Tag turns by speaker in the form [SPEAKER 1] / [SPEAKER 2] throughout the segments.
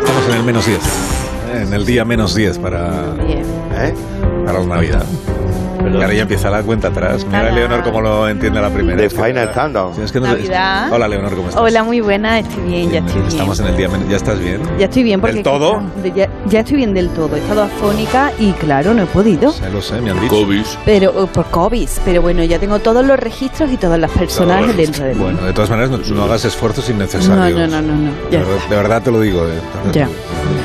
[SPEAKER 1] Estamos en el menos 10. ¿eh? En el día menos 10 para, ¿eh? para la Navidad. Y ahora ya empieza la cuenta atrás. Mira,
[SPEAKER 2] Hola.
[SPEAKER 1] Leonor, cómo lo entiende a la primera.
[SPEAKER 3] The
[SPEAKER 1] Es que-
[SPEAKER 3] final countdown.
[SPEAKER 1] Sí, es que no-
[SPEAKER 2] Navidad.
[SPEAKER 1] Hola, Leonor, ¿cómo estás?
[SPEAKER 2] Hola, muy buena, estoy bien, ya estoy bien.
[SPEAKER 1] Estamos en el día menos... ¿Ya estás bien?
[SPEAKER 2] Ya estoy bien porque...
[SPEAKER 1] ¿Del todo?
[SPEAKER 2] de- Ya, ya estoy bien del todo. He estado afónica y claro, no he podido.
[SPEAKER 1] Ya lo sé, me han dicho.
[SPEAKER 2] Pero eh, por COVID. Pero bueno, ya tengo todos los registros y todas las personas dentro de mí.
[SPEAKER 1] Bueno, pues de todas maneras, no, no hagas esfuerzos innecesarios.
[SPEAKER 2] No, no, no, no, no,
[SPEAKER 1] De,
[SPEAKER 2] ya
[SPEAKER 1] verdad, de verdad te lo digo. ¿eh?
[SPEAKER 2] Ya.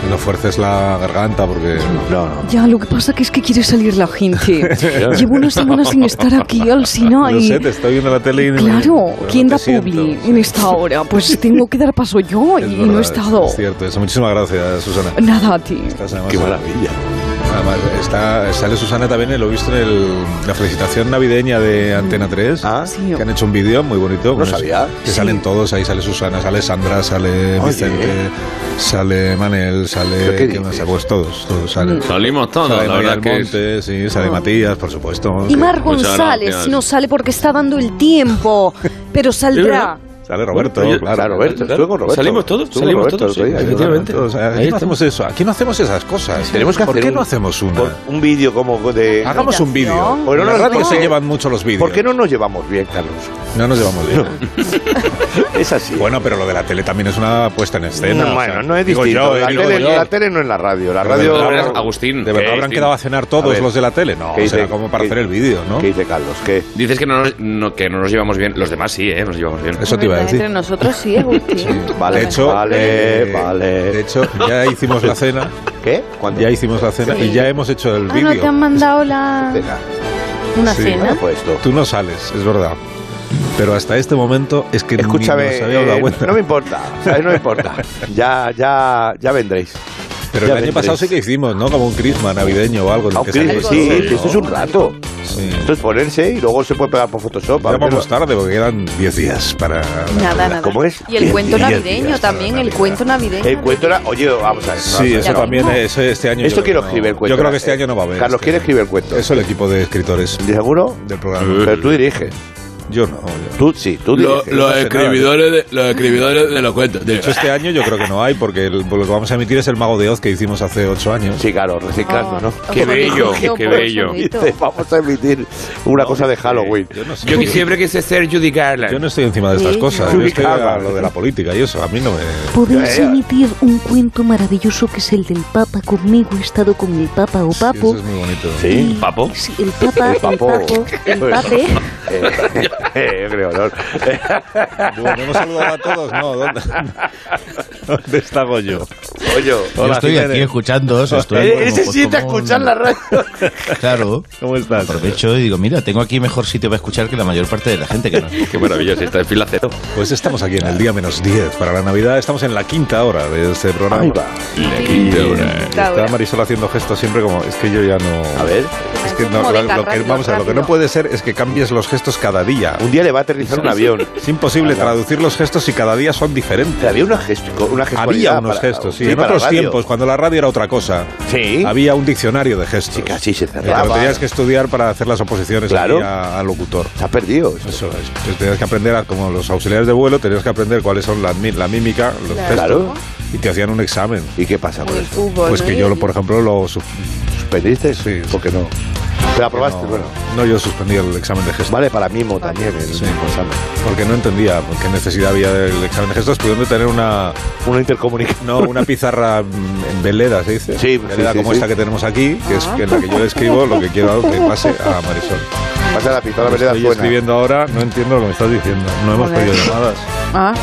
[SPEAKER 1] No fuerces la garganta porque...
[SPEAKER 3] No, no.
[SPEAKER 4] Ya, lo que pasa que es que quiere salir la gente. Llevo una semana sin estar aquí, al
[SPEAKER 1] No
[SPEAKER 4] y...
[SPEAKER 1] sé, te estoy viendo la tele y...
[SPEAKER 4] Claro,
[SPEAKER 1] pero
[SPEAKER 4] ¿quién
[SPEAKER 1] no
[SPEAKER 4] da
[SPEAKER 1] te siento.
[SPEAKER 4] publi en esta hora? Pues tengo que dar paso yo y
[SPEAKER 1] Es
[SPEAKER 4] no
[SPEAKER 1] verdad,
[SPEAKER 4] he estado.
[SPEAKER 1] Es cierto, eso. Muchísimas gracias, Susana.
[SPEAKER 4] Nada a ti.
[SPEAKER 1] Estás además-
[SPEAKER 3] Qué maravilla.
[SPEAKER 1] además, está, sale Susana también, lo he visto en el- la felicitación navideña de Antena 3,
[SPEAKER 3] Ah,
[SPEAKER 4] sí.
[SPEAKER 1] que han hecho un vídeo muy bonito. con eso.
[SPEAKER 3] sabía.
[SPEAKER 1] Que salen todos, ahí sale Susana, sale Sandra, sale
[SPEAKER 3] Oye.
[SPEAKER 1] Vicente, sale Manel,
[SPEAKER 3] ¿Pero
[SPEAKER 1] sale...
[SPEAKER 3] qué
[SPEAKER 1] más?
[SPEAKER 3] dices?
[SPEAKER 1] Pues todos, todos salen.
[SPEAKER 5] Salimos todos,
[SPEAKER 1] Sale
[SPEAKER 5] la
[SPEAKER 1] María
[SPEAKER 5] verdad que es-
[SPEAKER 1] Almonte, sí, sale
[SPEAKER 3] Ah.
[SPEAKER 1] Matías, por supuesto.
[SPEAKER 4] Y Mar
[SPEAKER 5] Muchas
[SPEAKER 4] González
[SPEAKER 5] gracias.
[SPEAKER 4] no sale porque está dando el tiempo, pero saldrá.
[SPEAKER 1] Sale Roberto,
[SPEAKER 5] Oye,
[SPEAKER 1] claro.
[SPEAKER 3] claro, Roberto, estuve con Roberto.
[SPEAKER 5] Salimos todos,
[SPEAKER 3] Estuve con
[SPEAKER 5] salimos
[SPEAKER 3] Roberto
[SPEAKER 5] todos,
[SPEAKER 3] el otro
[SPEAKER 5] sí,
[SPEAKER 3] día,
[SPEAKER 5] efectivamente.
[SPEAKER 1] O sea,
[SPEAKER 5] Ahí
[SPEAKER 1] aquí no
[SPEAKER 5] estamos.
[SPEAKER 1] hacemos eso, aquí no hacemos esas cosas.
[SPEAKER 3] Tenemos que
[SPEAKER 1] ¿Por
[SPEAKER 3] hacer
[SPEAKER 1] qué
[SPEAKER 3] un-
[SPEAKER 1] no hacemos una?
[SPEAKER 3] Por- un vídeo como de.
[SPEAKER 1] Hagamos un vídeo.
[SPEAKER 2] Invitación.
[SPEAKER 3] Bueno, no,
[SPEAKER 1] La
[SPEAKER 3] no,
[SPEAKER 1] radio
[SPEAKER 3] no.
[SPEAKER 1] se llevan mucho los vídeos.
[SPEAKER 3] ¿Por qué no nos llevamos bien, Carlos?
[SPEAKER 1] No nos llevamos bien.
[SPEAKER 3] Es así.
[SPEAKER 1] Bueno, pero lo de la tele también es una puesta en escena. o
[SPEAKER 3] bueno,
[SPEAKER 1] sea,
[SPEAKER 3] no es
[SPEAKER 1] digo
[SPEAKER 3] distinto.
[SPEAKER 1] yo, eh,
[SPEAKER 3] la,
[SPEAKER 1] digo
[SPEAKER 3] tele,
[SPEAKER 1] yo.
[SPEAKER 3] la tele no es la radio. La
[SPEAKER 1] Pero
[SPEAKER 3] radio.
[SPEAKER 1] de verdad,
[SPEAKER 5] Agustín,
[SPEAKER 1] ¿De verdad
[SPEAKER 5] ¿qué
[SPEAKER 1] habrán
[SPEAKER 5] distinto?
[SPEAKER 1] quedado a cenar todos
[SPEAKER 3] A ver.
[SPEAKER 1] los de la tele? No,
[SPEAKER 3] ¿Qué
[SPEAKER 1] será
[SPEAKER 3] dice-
[SPEAKER 1] como para
[SPEAKER 3] qué-
[SPEAKER 1] hacer el vídeo, ¿no?
[SPEAKER 3] ¿Qué dice Carlos? ¿Qué?
[SPEAKER 5] Dices que no, nos- no- que no nos llevamos bien. Los demás sí, ¿eh? Nos llevamos bien.
[SPEAKER 1] Eso te iba a
[SPEAKER 2] Entre
[SPEAKER 1] decir.
[SPEAKER 2] nosotros sí, Agustín.
[SPEAKER 3] Vale,
[SPEAKER 1] de hecho,
[SPEAKER 3] vale,
[SPEAKER 1] eh,
[SPEAKER 3] vale.
[SPEAKER 1] De hecho, ya hicimos la cena,
[SPEAKER 3] ¿Qué? ¿Cuándo?
[SPEAKER 1] ya hicimos la cena
[SPEAKER 2] Sí.
[SPEAKER 1] y ya hemos hecho el
[SPEAKER 2] Ah, ¿no te
[SPEAKER 1] vídeo.
[SPEAKER 2] han mandado la...
[SPEAKER 3] Venga,
[SPEAKER 2] una
[SPEAKER 1] Sí.
[SPEAKER 2] cena?
[SPEAKER 3] bueno, pues esto.
[SPEAKER 1] Tú no sales, es verdad. Pero hasta este momento es que ni
[SPEAKER 3] Escúchame,
[SPEAKER 1] nos habíamos dado
[SPEAKER 3] eh,
[SPEAKER 1] cuenta.
[SPEAKER 3] no me importa, ¿sabes? No me importa. Ya, ya, ya vendréis.
[SPEAKER 1] Pero
[SPEAKER 3] Ya
[SPEAKER 1] el año
[SPEAKER 3] vendréis.
[SPEAKER 1] pasado sí que hicimos, ¿no? Como un crisma navideño o algo. en el
[SPEAKER 3] Ah, un
[SPEAKER 1] que
[SPEAKER 3] Christmas,
[SPEAKER 1] salimos
[SPEAKER 3] sí,
[SPEAKER 1] todos,
[SPEAKER 3] que
[SPEAKER 1] ¿no?
[SPEAKER 3] esto es un rato.
[SPEAKER 1] Sí.
[SPEAKER 3] Esto es ponerse y luego se puede pegar por Photoshop. a
[SPEAKER 1] Ya
[SPEAKER 3] ver
[SPEAKER 1] vamos
[SPEAKER 3] qué-
[SPEAKER 1] tarde porque quedan 10 días para...
[SPEAKER 2] Nada, nada.
[SPEAKER 3] ¿Cómo es?
[SPEAKER 2] Y el
[SPEAKER 3] Diez
[SPEAKER 2] cuento
[SPEAKER 1] días,
[SPEAKER 2] navideño
[SPEAKER 1] días
[SPEAKER 2] también,
[SPEAKER 1] para
[SPEAKER 2] el
[SPEAKER 1] Navidad.
[SPEAKER 2] cuento navideño.
[SPEAKER 3] El cuento era. Oye, vamos a ver.
[SPEAKER 1] Sí, eso
[SPEAKER 2] Ya
[SPEAKER 1] también,
[SPEAKER 2] mismo.
[SPEAKER 1] eh, eso este año...
[SPEAKER 3] Esto
[SPEAKER 1] yo creo
[SPEAKER 3] quiero
[SPEAKER 1] que
[SPEAKER 3] escribir el
[SPEAKER 1] no.
[SPEAKER 3] cuento.
[SPEAKER 1] Yo creo que este año no va a haber.
[SPEAKER 3] Carlos,
[SPEAKER 1] este
[SPEAKER 3] ¿quiere
[SPEAKER 1] año.
[SPEAKER 3] escribir el cuento?
[SPEAKER 1] Eso el equipo de escritores
[SPEAKER 3] ¿De seguro?
[SPEAKER 1] del programa.
[SPEAKER 3] Pero tú diriges.
[SPEAKER 1] Yo no. yo-
[SPEAKER 3] Tú sí, tú
[SPEAKER 6] Lo-
[SPEAKER 3] diriges.
[SPEAKER 6] los
[SPEAKER 1] sé nada.
[SPEAKER 6] escribidores de los escribidores de los cuentos.
[SPEAKER 1] De hecho, este año yo creo que no hay porque el- lo que vamos a emitir es El Mago de Oz que hicimos hace 8 años.
[SPEAKER 3] Sí, claro, reciclando, ¿no?
[SPEAKER 2] Ah,
[SPEAKER 5] Qué
[SPEAKER 2] por
[SPEAKER 5] bello,
[SPEAKER 2] supuesto,
[SPEAKER 5] qué
[SPEAKER 2] por
[SPEAKER 5] bello.
[SPEAKER 2] supuesto.
[SPEAKER 3] Dice, vamos a emitir una cosa de Halloween.
[SPEAKER 1] Yo no sé.
[SPEAKER 5] Yo que siempre quise ser Judy Garland.
[SPEAKER 1] Yo no estoy encima de estas
[SPEAKER 2] Sí,
[SPEAKER 1] cosas.
[SPEAKER 3] no.
[SPEAKER 1] Yo estoy a lo de la política y eso. A mí no me...
[SPEAKER 7] Podéis
[SPEAKER 3] Ya, ya.
[SPEAKER 7] emitir un cuento maravilloso que es el del Papa conmigo, he estado con el Papa o
[SPEAKER 2] Ah,
[SPEAKER 1] Sí, eso
[SPEAKER 7] Papo.
[SPEAKER 1] es muy bonito.
[SPEAKER 3] Sí.
[SPEAKER 5] ¿Papo?
[SPEAKER 7] Sí, el Papa,
[SPEAKER 3] El
[SPEAKER 7] el
[SPEAKER 3] papo.
[SPEAKER 7] Papo, el Pape.
[SPEAKER 3] Eh, eh, creo, ¿no?
[SPEAKER 1] Ah, Bueno, hemos saludado a todos, ¿no? ¿Dónde, dónde estaba yo?
[SPEAKER 3] Oye,
[SPEAKER 8] Yo estoy
[SPEAKER 1] Jiménez.
[SPEAKER 8] aquí escuchando, estoy
[SPEAKER 3] eh,
[SPEAKER 8] como-
[SPEAKER 3] ese
[SPEAKER 8] pues
[SPEAKER 3] siente a
[SPEAKER 8] como un-
[SPEAKER 3] escuchar la radio.
[SPEAKER 8] Claro.
[SPEAKER 1] ¿Cómo estás?
[SPEAKER 8] Aprovecho y digo, mira, tengo aquí mejor sitio para escuchar que la mayor parte de la gente que no.
[SPEAKER 5] Qué maravilla, si está en fila cero.
[SPEAKER 1] Pues estamos aquí en el día menos 10 para la Navidad. Estamos en la quinta hora de este programa.
[SPEAKER 3] Ahí va.
[SPEAKER 1] Está Marisol haciendo gestos siempre como, es que yo ya no...
[SPEAKER 3] A ver,
[SPEAKER 1] Es que,
[SPEAKER 2] Hacen
[SPEAKER 1] no,
[SPEAKER 2] como de
[SPEAKER 1] lo- lo que-
[SPEAKER 2] rápido,
[SPEAKER 1] vamos a ver, lo que no
[SPEAKER 2] rápido.
[SPEAKER 1] puede ser es que cambies los gestos cada día.
[SPEAKER 3] un día le va a aterrizar un avión.
[SPEAKER 1] Es imposible traducir los gestos si cada día son diferentes.
[SPEAKER 3] Había una gesto, una gestualidad
[SPEAKER 1] Había unos
[SPEAKER 3] para-
[SPEAKER 1] gestos, sí.
[SPEAKER 3] sí,
[SPEAKER 1] en
[SPEAKER 3] para
[SPEAKER 1] otros
[SPEAKER 3] radio.
[SPEAKER 1] tiempos, cuando la radio era otra cosa,
[SPEAKER 3] Sí.
[SPEAKER 1] había un diccionario de gestos.
[SPEAKER 3] Sí, casi se
[SPEAKER 1] Que te lo
[SPEAKER 3] cerraba.
[SPEAKER 1] tenías que estudiar para hacer las oposiciones
[SPEAKER 3] Claro.
[SPEAKER 1] aquí a- al locutor.
[SPEAKER 3] Se ha perdido. eso.
[SPEAKER 1] Eso es. Entonces tenías que aprender, a- como los auxiliares de vuelo, tenías que aprender cuáles son la, mi- la mímica, los gestos.
[SPEAKER 3] Claro.
[SPEAKER 1] Y te hacían un examen.
[SPEAKER 3] ¿Y qué pasa con
[SPEAKER 2] El
[SPEAKER 3] eso?
[SPEAKER 2] fútbol, ¿eh?
[SPEAKER 1] Pues
[SPEAKER 2] ¿no?
[SPEAKER 1] que
[SPEAKER 2] Y
[SPEAKER 1] yo,
[SPEAKER 2] el-
[SPEAKER 1] por ejemplo, lo su-
[SPEAKER 3] ¿Suspendiste?
[SPEAKER 1] Sí.
[SPEAKER 3] ¿Por qué no? ¿Te aprobaste?
[SPEAKER 1] no,
[SPEAKER 3] Bueno.
[SPEAKER 1] no, yo suspendí el examen de gestos.
[SPEAKER 3] Vale para mimo también. el
[SPEAKER 1] Sí.
[SPEAKER 3] examen.
[SPEAKER 1] Porque no entendía qué necesidad había del examen de gestos, pudiendo tener una,
[SPEAKER 3] Una intercomunicación.
[SPEAKER 1] No, una pizarra mm, en veleda, se dice.
[SPEAKER 3] Sí,
[SPEAKER 1] veleda
[SPEAKER 3] sí, sí,
[SPEAKER 1] como
[SPEAKER 3] sí.
[SPEAKER 1] esta que tenemos aquí, que es en la que yo escribo lo que quiero que pase a Marisol.
[SPEAKER 3] Pasa la pistola, vereda
[SPEAKER 1] Estoy
[SPEAKER 3] suena.
[SPEAKER 1] escribiendo ahora, no entiendo lo que me estás diciendo. No hemos
[SPEAKER 2] Joder.
[SPEAKER 1] pedido llamadas.
[SPEAKER 2] Ah,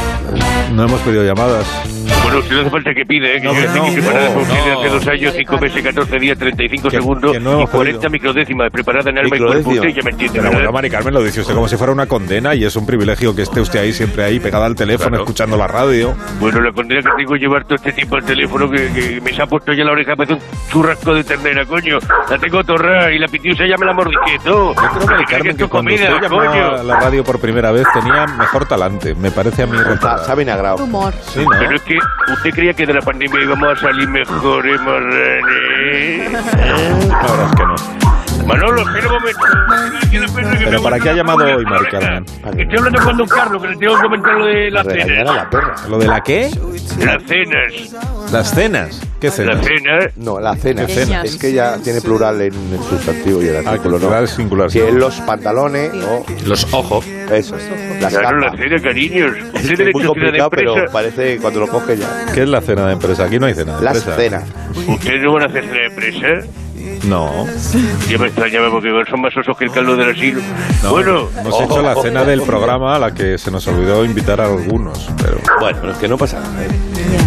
[SPEAKER 1] No hemos pedido llamadas.
[SPEAKER 9] Bueno, si no hace falta que pide, ¿eh? que
[SPEAKER 1] No,
[SPEAKER 9] yo
[SPEAKER 1] que
[SPEAKER 9] le tengo
[SPEAKER 1] no,
[SPEAKER 9] que preparar
[SPEAKER 1] no,
[SPEAKER 9] auxiliar
[SPEAKER 6] no.
[SPEAKER 9] hace dos años, cinco meses, 14 días, 35
[SPEAKER 1] Que-
[SPEAKER 9] segundos
[SPEAKER 1] que no hemos
[SPEAKER 9] y 40
[SPEAKER 1] podido.
[SPEAKER 9] microdécimas preparada en alma y cuerpo.
[SPEAKER 3] Microdécimas.
[SPEAKER 9] Usted ya me entiende,
[SPEAKER 1] Pero bueno,
[SPEAKER 9] ¿verdad?
[SPEAKER 1] Mari Carmen lo dice usted como si fuera una condena y es un privilegio que esté usted ahí, siempre ahí, pegada al teléfono,
[SPEAKER 5] Claro.
[SPEAKER 1] escuchando la radio.
[SPEAKER 9] Bueno, la condena que tengo es llevar todo este tiempo al teléfono que, que me se ha puesto ya la oreja, parece un churrasco de ternera, coño. La tengo torrada y la pitiusa ya me la mordisqué,
[SPEAKER 1] Yo
[SPEAKER 9] todo.
[SPEAKER 1] creo, Mari
[SPEAKER 9] Así
[SPEAKER 1] Carmen,
[SPEAKER 9] esto
[SPEAKER 1] que
[SPEAKER 9] es
[SPEAKER 1] cuando usted
[SPEAKER 9] comida,
[SPEAKER 1] llamó a
[SPEAKER 9] coño.
[SPEAKER 1] la radio por primera vez tenía mejor talante, me parece a mí.
[SPEAKER 3] Está,
[SPEAKER 1] recordar.
[SPEAKER 3] está vinagrado.
[SPEAKER 2] Humor.
[SPEAKER 1] Sí, ¿no?
[SPEAKER 9] Pero es que usted creía que de la pandemia íbamos a salir mejores,
[SPEAKER 1] La
[SPEAKER 9] marranes.
[SPEAKER 1] verdad es que no.
[SPEAKER 9] Manolo, espera un momento. Que la perra que
[SPEAKER 1] Pero ¿para
[SPEAKER 9] me gusta
[SPEAKER 1] qué ha llamado
[SPEAKER 9] mucho,
[SPEAKER 1] hoy, Mari
[SPEAKER 9] la
[SPEAKER 1] Carmen?
[SPEAKER 9] verdad. Estoy hablando con don Carlos, que le tengo que comentar lo de la
[SPEAKER 3] Regañar
[SPEAKER 9] cena.
[SPEAKER 3] a la perra.
[SPEAKER 1] ¿Lo de la qué?
[SPEAKER 9] Las cenas.
[SPEAKER 1] Las cenas. ¿Qué cenas?
[SPEAKER 9] Las cenas.
[SPEAKER 3] No, la cena.
[SPEAKER 1] ¿Qué cena?
[SPEAKER 3] Es que ya tiene plural en el sustantivo y el
[SPEAKER 1] Ah,
[SPEAKER 3] artículo no.
[SPEAKER 1] plural es singular.
[SPEAKER 3] Si es los pantalones o
[SPEAKER 5] Los ojos.
[SPEAKER 3] eso, las
[SPEAKER 9] Claro, la
[SPEAKER 3] capas.
[SPEAKER 9] cena, cariños.
[SPEAKER 3] Es
[SPEAKER 9] Usted
[SPEAKER 3] que es
[SPEAKER 9] debe
[SPEAKER 3] muy
[SPEAKER 9] tener cena de
[SPEAKER 3] complicado, pero
[SPEAKER 9] empresa.
[SPEAKER 3] parece que cuando lo coges ya.
[SPEAKER 1] ¿Qué es la cena de empresa? Aquí no hay cena de
[SPEAKER 3] Las
[SPEAKER 1] empresa.
[SPEAKER 3] cenas.
[SPEAKER 9] ¿Ustedes no van a hacer cena de empresa?
[SPEAKER 1] No.
[SPEAKER 9] Ya me extrañaba porque son más osos que el caldo del asilo.
[SPEAKER 1] no.
[SPEAKER 9] bueno,
[SPEAKER 1] hemos hecho la cena del programa a la que se nos olvidó invitar a algunos, pero
[SPEAKER 3] Bueno, pero es que no pasa nada. ¿eh?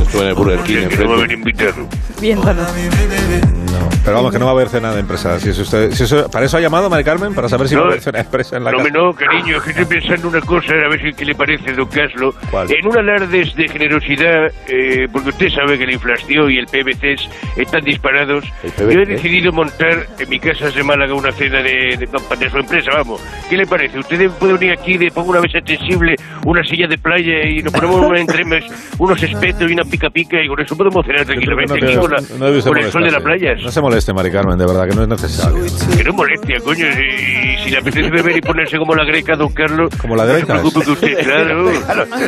[SPEAKER 6] Estuve en el Burger King
[SPEAKER 9] usted que no va a haber invitado.
[SPEAKER 2] Viéndonos.
[SPEAKER 1] no. Pero vamos que no va a haber cena de empresa. Si eso usted, si eso, para eso ha llamado Mari Carmen para saber si
[SPEAKER 9] No,
[SPEAKER 1] va a haber cena de empresa en la
[SPEAKER 9] No,
[SPEAKER 1] casa.
[SPEAKER 9] me no, cariño, es que estoy pensando una cosa, a ver si qué le parece, don Caslo.
[SPEAKER 1] ¿Cuál?
[SPEAKER 9] En un alarde de generosidad, eh, porque usted sabe que la inflación y el PVC están disparados,
[SPEAKER 3] El PVC.
[SPEAKER 9] yo he decidido montar en mi casa de Málaga una cena de, de, de su empresa, vamos. ¿Qué le parece? Ustedes pueden venir aquí, le pongo una mesa extensible, una silla de playa y nos ponemos una entre mes, unos espetos y una pica pica y con eso podemos cenar
[SPEAKER 1] Yo creo que
[SPEAKER 9] tranquilamente
[SPEAKER 1] no
[SPEAKER 9] aquí
[SPEAKER 1] debe-
[SPEAKER 9] con, la-
[SPEAKER 1] no debe usted
[SPEAKER 9] con el sol de la
[SPEAKER 1] molestarse.
[SPEAKER 9] playa.
[SPEAKER 1] eh. No se moleste, Mari Carmen, de verdad que no es necesario.
[SPEAKER 9] Que no molestia, coño. Si, si le apetece beber y ponerse como la greca, don Carlos.
[SPEAKER 1] Como la greca,
[SPEAKER 9] No se preocupe que usted, claro.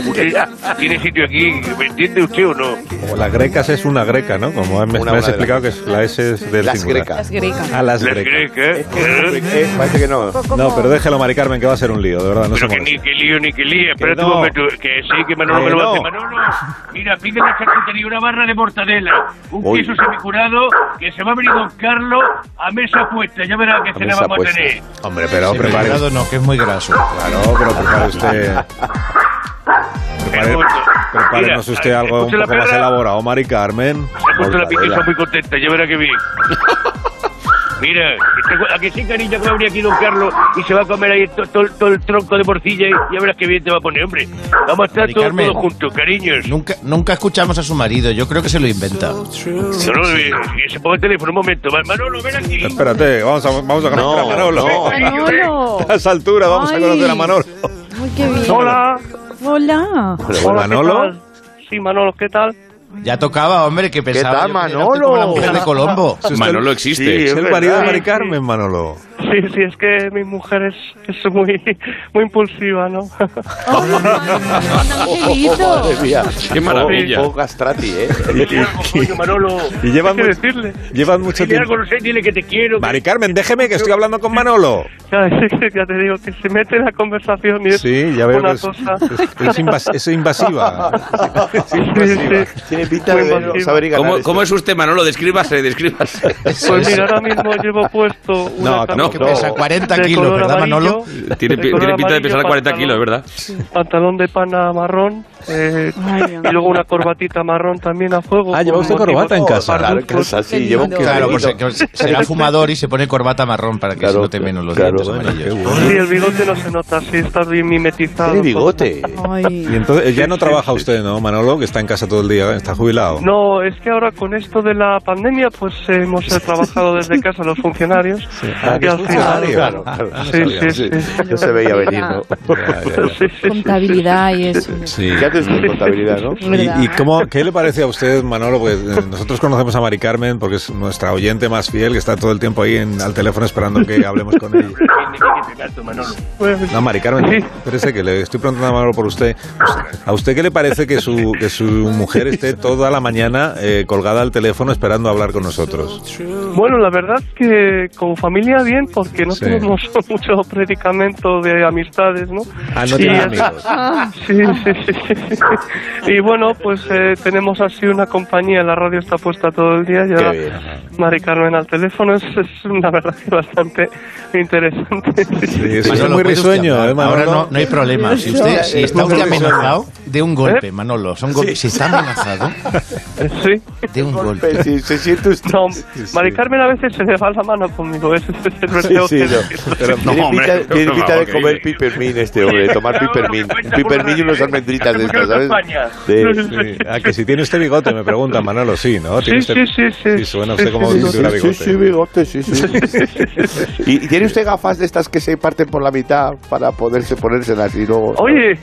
[SPEAKER 9] Usted tiene sitio aquí, ¿me entiende usted o no?
[SPEAKER 1] Como las grecas es una greca, ¿no? Como me,
[SPEAKER 3] Una,
[SPEAKER 1] me
[SPEAKER 3] una
[SPEAKER 1] has
[SPEAKER 3] de
[SPEAKER 1] explicado que es, la S es del
[SPEAKER 3] Las
[SPEAKER 1] singular.
[SPEAKER 3] grecas.
[SPEAKER 2] Las grecas.
[SPEAKER 1] Ah, las
[SPEAKER 9] Las
[SPEAKER 1] grecas.
[SPEAKER 9] grecas. claro.
[SPEAKER 3] Eh, parece que no.
[SPEAKER 1] No, pero déjelo, Mari Carmen, que va a ser un lío, de verdad, no se
[SPEAKER 9] Pero que ni
[SPEAKER 1] moleste.
[SPEAKER 9] que lío, ni que lío. Espérate
[SPEAKER 1] no.
[SPEAKER 9] un momento. Que sí, que Manolo
[SPEAKER 1] Que
[SPEAKER 9] me lo
[SPEAKER 1] no.
[SPEAKER 9] hace. Manolo, mira, pide la charcutería una barra de mortadela, un
[SPEAKER 3] Uy.
[SPEAKER 9] queso semicurado, que se va a venir don Carlos a mesa puesta. Ya verá que cena
[SPEAKER 3] mesa
[SPEAKER 9] vamos a
[SPEAKER 3] puesta.
[SPEAKER 9] tener.
[SPEAKER 1] Hombre, pero
[SPEAKER 8] Sí,
[SPEAKER 1] prepare
[SPEAKER 8] preparado no, que es muy graso.
[SPEAKER 1] Claro, pero prepare usted. Prepare,
[SPEAKER 9] Hermoso.
[SPEAKER 1] prepárenos
[SPEAKER 9] Mira,
[SPEAKER 1] usted algo un
[SPEAKER 9] escucha la
[SPEAKER 1] poco más
[SPEAKER 9] perra.
[SPEAKER 1] elaborado, Mari Carmen.
[SPEAKER 9] Se ha puesto la
[SPEAKER 1] Mortadela.
[SPEAKER 9] piquisa muy contenta, ya verá que bien. Mira, este- a que sí, cariño, que va a venir aquí don Carlos y se va a comer ahí to- to- todo el tronco de morcilla y ya verás que bien te va a poner, hombre. Vamos a estar
[SPEAKER 8] Mari
[SPEAKER 9] todos,
[SPEAKER 8] Carmen.
[SPEAKER 9] todos juntos, cariños.
[SPEAKER 8] Nunca, nunca escuchamos a su marido, yo creo que se lo inventa.
[SPEAKER 9] No, no, eh, eh, se ponga el teléfono un momento. Ma- Manolo, ven aquí.
[SPEAKER 1] Espérate, vamos a, vamos a conocer
[SPEAKER 3] No,
[SPEAKER 1] a Manolo.
[SPEAKER 3] no.
[SPEAKER 2] Manolo.
[SPEAKER 1] A esa altura vamos a
[SPEAKER 2] Ay.
[SPEAKER 1] conocer a Manolo.
[SPEAKER 2] Ay, qué bien.
[SPEAKER 10] Hola.
[SPEAKER 2] Hola.
[SPEAKER 1] Manolo.
[SPEAKER 10] Sí, Manolo, ¿qué tal?
[SPEAKER 8] Ya tocaba, hombre, que pensaba.
[SPEAKER 3] tal,
[SPEAKER 8] yo que era
[SPEAKER 3] Manolo?
[SPEAKER 8] usted Como la mujer de Colombo.
[SPEAKER 1] Es usted-
[SPEAKER 5] Manolo existe.
[SPEAKER 1] Es
[SPEAKER 10] Sí.
[SPEAKER 1] el
[SPEAKER 10] es
[SPEAKER 1] marido de
[SPEAKER 10] verdad.
[SPEAKER 1] Mari Carmen, Manolo.
[SPEAKER 10] Sí, sí, es que mi mujer es, es muy, muy impulsiva, ¿no?
[SPEAKER 2] Hola, Manolo. Angelito.
[SPEAKER 3] Oh, Madre mía.
[SPEAKER 5] Qué maravilla.
[SPEAKER 3] Un poco castrati, ¿eh?
[SPEAKER 9] Dile algo, coño, Manolo.
[SPEAKER 1] Y llevan,
[SPEAKER 10] ¿Qué
[SPEAKER 1] much-
[SPEAKER 10] decirle?
[SPEAKER 1] llevan mucho
[SPEAKER 9] Dile algo,
[SPEAKER 1] tiempo.
[SPEAKER 9] no sé, dile que te quiero. que-
[SPEAKER 1] Mari Carmen, déjeme que estoy hablando con Manolo.
[SPEAKER 10] Ya, ya te digo, que se mete en la conversación y es
[SPEAKER 1] Sí, ya veo
[SPEAKER 10] una
[SPEAKER 1] que es,
[SPEAKER 10] cosa...
[SPEAKER 1] es- es invas- es invasiva. Es
[SPEAKER 10] Sí, sí.
[SPEAKER 1] invasiva.
[SPEAKER 3] Tiene pinta
[SPEAKER 10] Muy
[SPEAKER 3] de no
[SPEAKER 10] invasivo.
[SPEAKER 3] saber y ganar
[SPEAKER 5] ¿Cómo,
[SPEAKER 3] esto.
[SPEAKER 5] cómo es usted, Manolo? Descríbase, descríbase.
[SPEAKER 10] Pues mira, ahora mismo llevo puesto
[SPEAKER 8] No,
[SPEAKER 10] una
[SPEAKER 8] no, que pesa 40
[SPEAKER 10] de
[SPEAKER 8] kilos,
[SPEAKER 10] color
[SPEAKER 8] ¿verdad,
[SPEAKER 10] amarillo,
[SPEAKER 8] Manolo?
[SPEAKER 5] Tiene, pi-
[SPEAKER 10] color
[SPEAKER 5] tiene pinta de
[SPEAKER 10] amarillo,
[SPEAKER 5] pesar 40
[SPEAKER 10] pantalón-
[SPEAKER 5] kilos, ¿verdad?
[SPEAKER 10] Pantalón de pana marrón eh,
[SPEAKER 2] Ay, Dios.
[SPEAKER 10] y luego una corbatita marrón también a fuego.
[SPEAKER 1] Ah, lleva
[SPEAKER 10] por
[SPEAKER 1] usted
[SPEAKER 10] motivos
[SPEAKER 1] corbata en
[SPEAKER 10] parduzcos.
[SPEAKER 1] casa.
[SPEAKER 3] Oh, Claro, en casa sí,
[SPEAKER 2] Qué
[SPEAKER 3] lleva un
[SPEAKER 2] lindo.
[SPEAKER 8] Claro, pues
[SPEAKER 3] quebradito.
[SPEAKER 8] se- será fumador y se pone corbata marrón para que
[SPEAKER 3] Claro,
[SPEAKER 8] se note menos los
[SPEAKER 3] claro,
[SPEAKER 8] dientes
[SPEAKER 3] bueno,
[SPEAKER 8] amarillos.
[SPEAKER 10] Sí, el bigote no se nota, sí, está bien mimetizado.
[SPEAKER 3] Tiene bigote.
[SPEAKER 1] Y
[SPEAKER 2] Ay.
[SPEAKER 1] entonces eh, ya no trabaja usted, ¿no, Manolo? Que está en casa todo el día, está jubilado.
[SPEAKER 10] No, es que ahora con esto de la pandemia, pues hemos eh, trabajado desde casa los funcionarios.
[SPEAKER 1] Ah, que
[SPEAKER 10] y
[SPEAKER 1] es
[SPEAKER 10] al final-
[SPEAKER 1] funcionario.
[SPEAKER 3] Claro, claro.
[SPEAKER 1] Ah, no
[SPEAKER 10] Sí,
[SPEAKER 1] sabía.
[SPEAKER 10] sí, sí.
[SPEAKER 3] No se veía venir, ¿no?
[SPEAKER 1] Ya, ya, ya.
[SPEAKER 10] Sí, sí, sí.
[SPEAKER 2] Contabilidad y eso.
[SPEAKER 1] Sí.
[SPEAKER 3] ¿Qué haces con contabilidad, no?
[SPEAKER 2] ¿Verdad?
[SPEAKER 1] ¿Y, y cómo, qué le parece a usted, Manolo? Porque eh, nosotros conocemos a Mari Carmen porque es nuestra oyente más fiel que está todo el tiempo ahí en, al teléfono esperando que hablemos con ella.
[SPEAKER 9] Dile que te gato, Manolo.
[SPEAKER 10] Pues,
[SPEAKER 1] No, Mari Carmen,
[SPEAKER 10] Sí.
[SPEAKER 1] espérese que le estoy preguntando a Manolo por usted. ¿A usted qué le parece que su, que su mujer esté toda la mañana eh, colgada al teléfono esperando hablar con nosotros?
[SPEAKER 10] Bueno, la verdad es que como familia bien, porque no
[SPEAKER 1] Sí.
[SPEAKER 10] tenemos mucho predicamento de amistades, ¿no?
[SPEAKER 1] Ah, no
[SPEAKER 10] Y
[SPEAKER 1] tiene
[SPEAKER 10] es-
[SPEAKER 1] amigos.
[SPEAKER 10] Sí, sí, sí, sí. Y bueno, pues eh, tenemos así una compañía, la radio está puesta todo el día,
[SPEAKER 3] Qué
[SPEAKER 10] ya
[SPEAKER 3] bien.
[SPEAKER 10] Mari Carmen al teléfono, es, es una verdad que bastante interesante. antes.
[SPEAKER 1] Sí, eso es
[SPEAKER 8] Manolo,
[SPEAKER 1] muy
[SPEAKER 8] puede usted
[SPEAKER 1] risueño,
[SPEAKER 8] hablar.
[SPEAKER 1] ¿eh, Manolo?
[SPEAKER 8] Ahora no, no hay problema. Si, usted, si está usted amenazado de un golpe,
[SPEAKER 10] ¿Eh?
[SPEAKER 8] Manolo, son gol- si está amenazado
[SPEAKER 10] Sí.
[SPEAKER 8] de un golpe.
[SPEAKER 3] Pues, Si se siente usted.
[SPEAKER 10] No, Mari Carmen a veces se le va la mano conmigo. Ese es el
[SPEAKER 3] Sí,
[SPEAKER 10] bloqueo
[SPEAKER 3] sí,
[SPEAKER 10] que-
[SPEAKER 3] no.
[SPEAKER 5] Pero-
[SPEAKER 3] Tiene
[SPEAKER 5] No, hombre,
[SPEAKER 3] pinta, tiene
[SPEAKER 5] no,
[SPEAKER 3] pinta de
[SPEAKER 5] ok.
[SPEAKER 3] comer pipermín este hombre, de tomar pipermín. Un Pipermín y unas almendritas de estas, ¿sabes? De-
[SPEAKER 1] Sí, a que si tiene usted bigote, me pregunta Manolo, sí, ¿no?
[SPEAKER 10] Sí,
[SPEAKER 1] ¿Tiene
[SPEAKER 10] sí,
[SPEAKER 1] usted-
[SPEAKER 10] sí, sí.
[SPEAKER 1] suena usted
[SPEAKER 10] Sí,
[SPEAKER 1] como
[SPEAKER 10] sí,
[SPEAKER 1] si
[SPEAKER 10] sí,
[SPEAKER 1] tuviera bigote.
[SPEAKER 3] bigote, sí, sí. ¿eh? ¿Y, y tiene usted gafas de estas que se parten por la mitad para poderse ponérselas y luego...
[SPEAKER 10] Oye,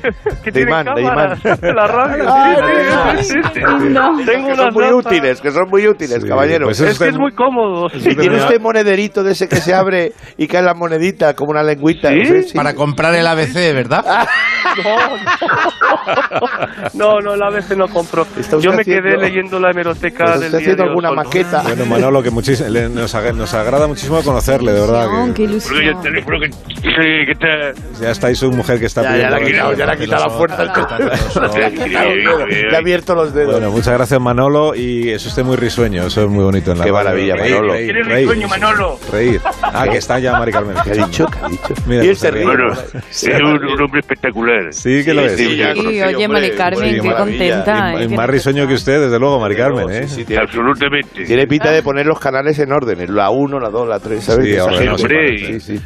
[SPEAKER 10] que
[SPEAKER 3] De
[SPEAKER 10] tiene
[SPEAKER 3] imán, de
[SPEAKER 10] cámaras.
[SPEAKER 3] imán.
[SPEAKER 10] La radio.
[SPEAKER 3] Ah,
[SPEAKER 10] sí, sí, sí, sí.
[SPEAKER 2] No.
[SPEAKER 10] Tengo
[SPEAKER 3] que
[SPEAKER 10] unas
[SPEAKER 3] son muy
[SPEAKER 10] gafas.
[SPEAKER 3] útiles, que son muy útiles,
[SPEAKER 1] Sí,
[SPEAKER 3] caballero.
[SPEAKER 1] pues
[SPEAKER 10] Es que es muy cómodo.
[SPEAKER 3] Y tiene usted monederito de ese que se abre y cae la monedita como una lengüita.
[SPEAKER 10] ¿Sí?
[SPEAKER 3] no sé, sí.
[SPEAKER 8] Para comprar el ABC,
[SPEAKER 1] Ah.
[SPEAKER 8] ¿verdad?
[SPEAKER 10] No, no, la vez no compró.
[SPEAKER 3] Está usted
[SPEAKER 10] Yo me
[SPEAKER 3] haciendo-
[SPEAKER 10] quedé leyendo la hemeroteca
[SPEAKER 3] Pero
[SPEAKER 10] del
[SPEAKER 3] está
[SPEAKER 10] día
[SPEAKER 3] haciendo
[SPEAKER 10] de
[SPEAKER 3] alguna
[SPEAKER 10] Osorno.
[SPEAKER 3] maqueta.
[SPEAKER 1] Bueno, Manolo, que muchis- le- nos, ag- nos agrada muchísimo conocerle, de verdad.
[SPEAKER 4] Ilusión,
[SPEAKER 1] que
[SPEAKER 4] qué
[SPEAKER 9] Porque yo
[SPEAKER 4] ilusión.
[SPEAKER 9] te juro que, que, que está...
[SPEAKER 1] ya está ahí su mujer que está
[SPEAKER 3] Ya, ya
[SPEAKER 1] pidiendo.
[SPEAKER 3] la ha quitado, ya la ha quitado la fuerza. Le ha abierto los dedos.
[SPEAKER 1] Bueno, muchas gracias, Manolo. Y es usted muy risueño, eso es muy bonito en la
[SPEAKER 3] Qué
[SPEAKER 1] radio.
[SPEAKER 3] maravilla,
[SPEAKER 1] Reír,
[SPEAKER 3] Manolo.
[SPEAKER 1] reír,
[SPEAKER 9] Eres
[SPEAKER 1] reír.
[SPEAKER 9] risueño, Manolo.
[SPEAKER 1] Reír. Ah, que está ya Mari Carmen.
[SPEAKER 3] ¿Qué ha dicho? ¿Qué ha dicho?
[SPEAKER 1] Mira,
[SPEAKER 3] y él
[SPEAKER 1] pues,
[SPEAKER 3] se ríe.
[SPEAKER 9] Bueno, es
[SPEAKER 3] Se
[SPEAKER 9] un,
[SPEAKER 3] ríe.
[SPEAKER 9] un hombre espectacular.
[SPEAKER 1] Sí, que lo es.
[SPEAKER 3] Sí, ya lo conocí,
[SPEAKER 4] oye,
[SPEAKER 3] hombre.
[SPEAKER 4] Mari Carmen,
[SPEAKER 1] qué
[SPEAKER 3] maravilla.
[SPEAKER 4] contenta.
[SPEAKER 1] Y-
[SPEAKER 4] Ay,
[SPEAKER 1] y
[SPEAKER 4] qué
[SPEAKER 1] más risueño que usted, desde luego, Mari Carmen, ¿eh?
[SPEAKER 3] Sí, sí, tiene, Ah.
[SPEAKER 9] Absolutamente.
[SPEAKER 3] tiene pinta de poner los canales en orden. La 1, la 2, la 3, ¿sabes?
[SPEAKER 1] Sí,
[SPEAKER 3] Esa
[SPEAKER 1] hombre,
[SPEAKER 3] gente.
[SPEAKER 9] no, hombre.
[SPEAKER 3] Sí, sí.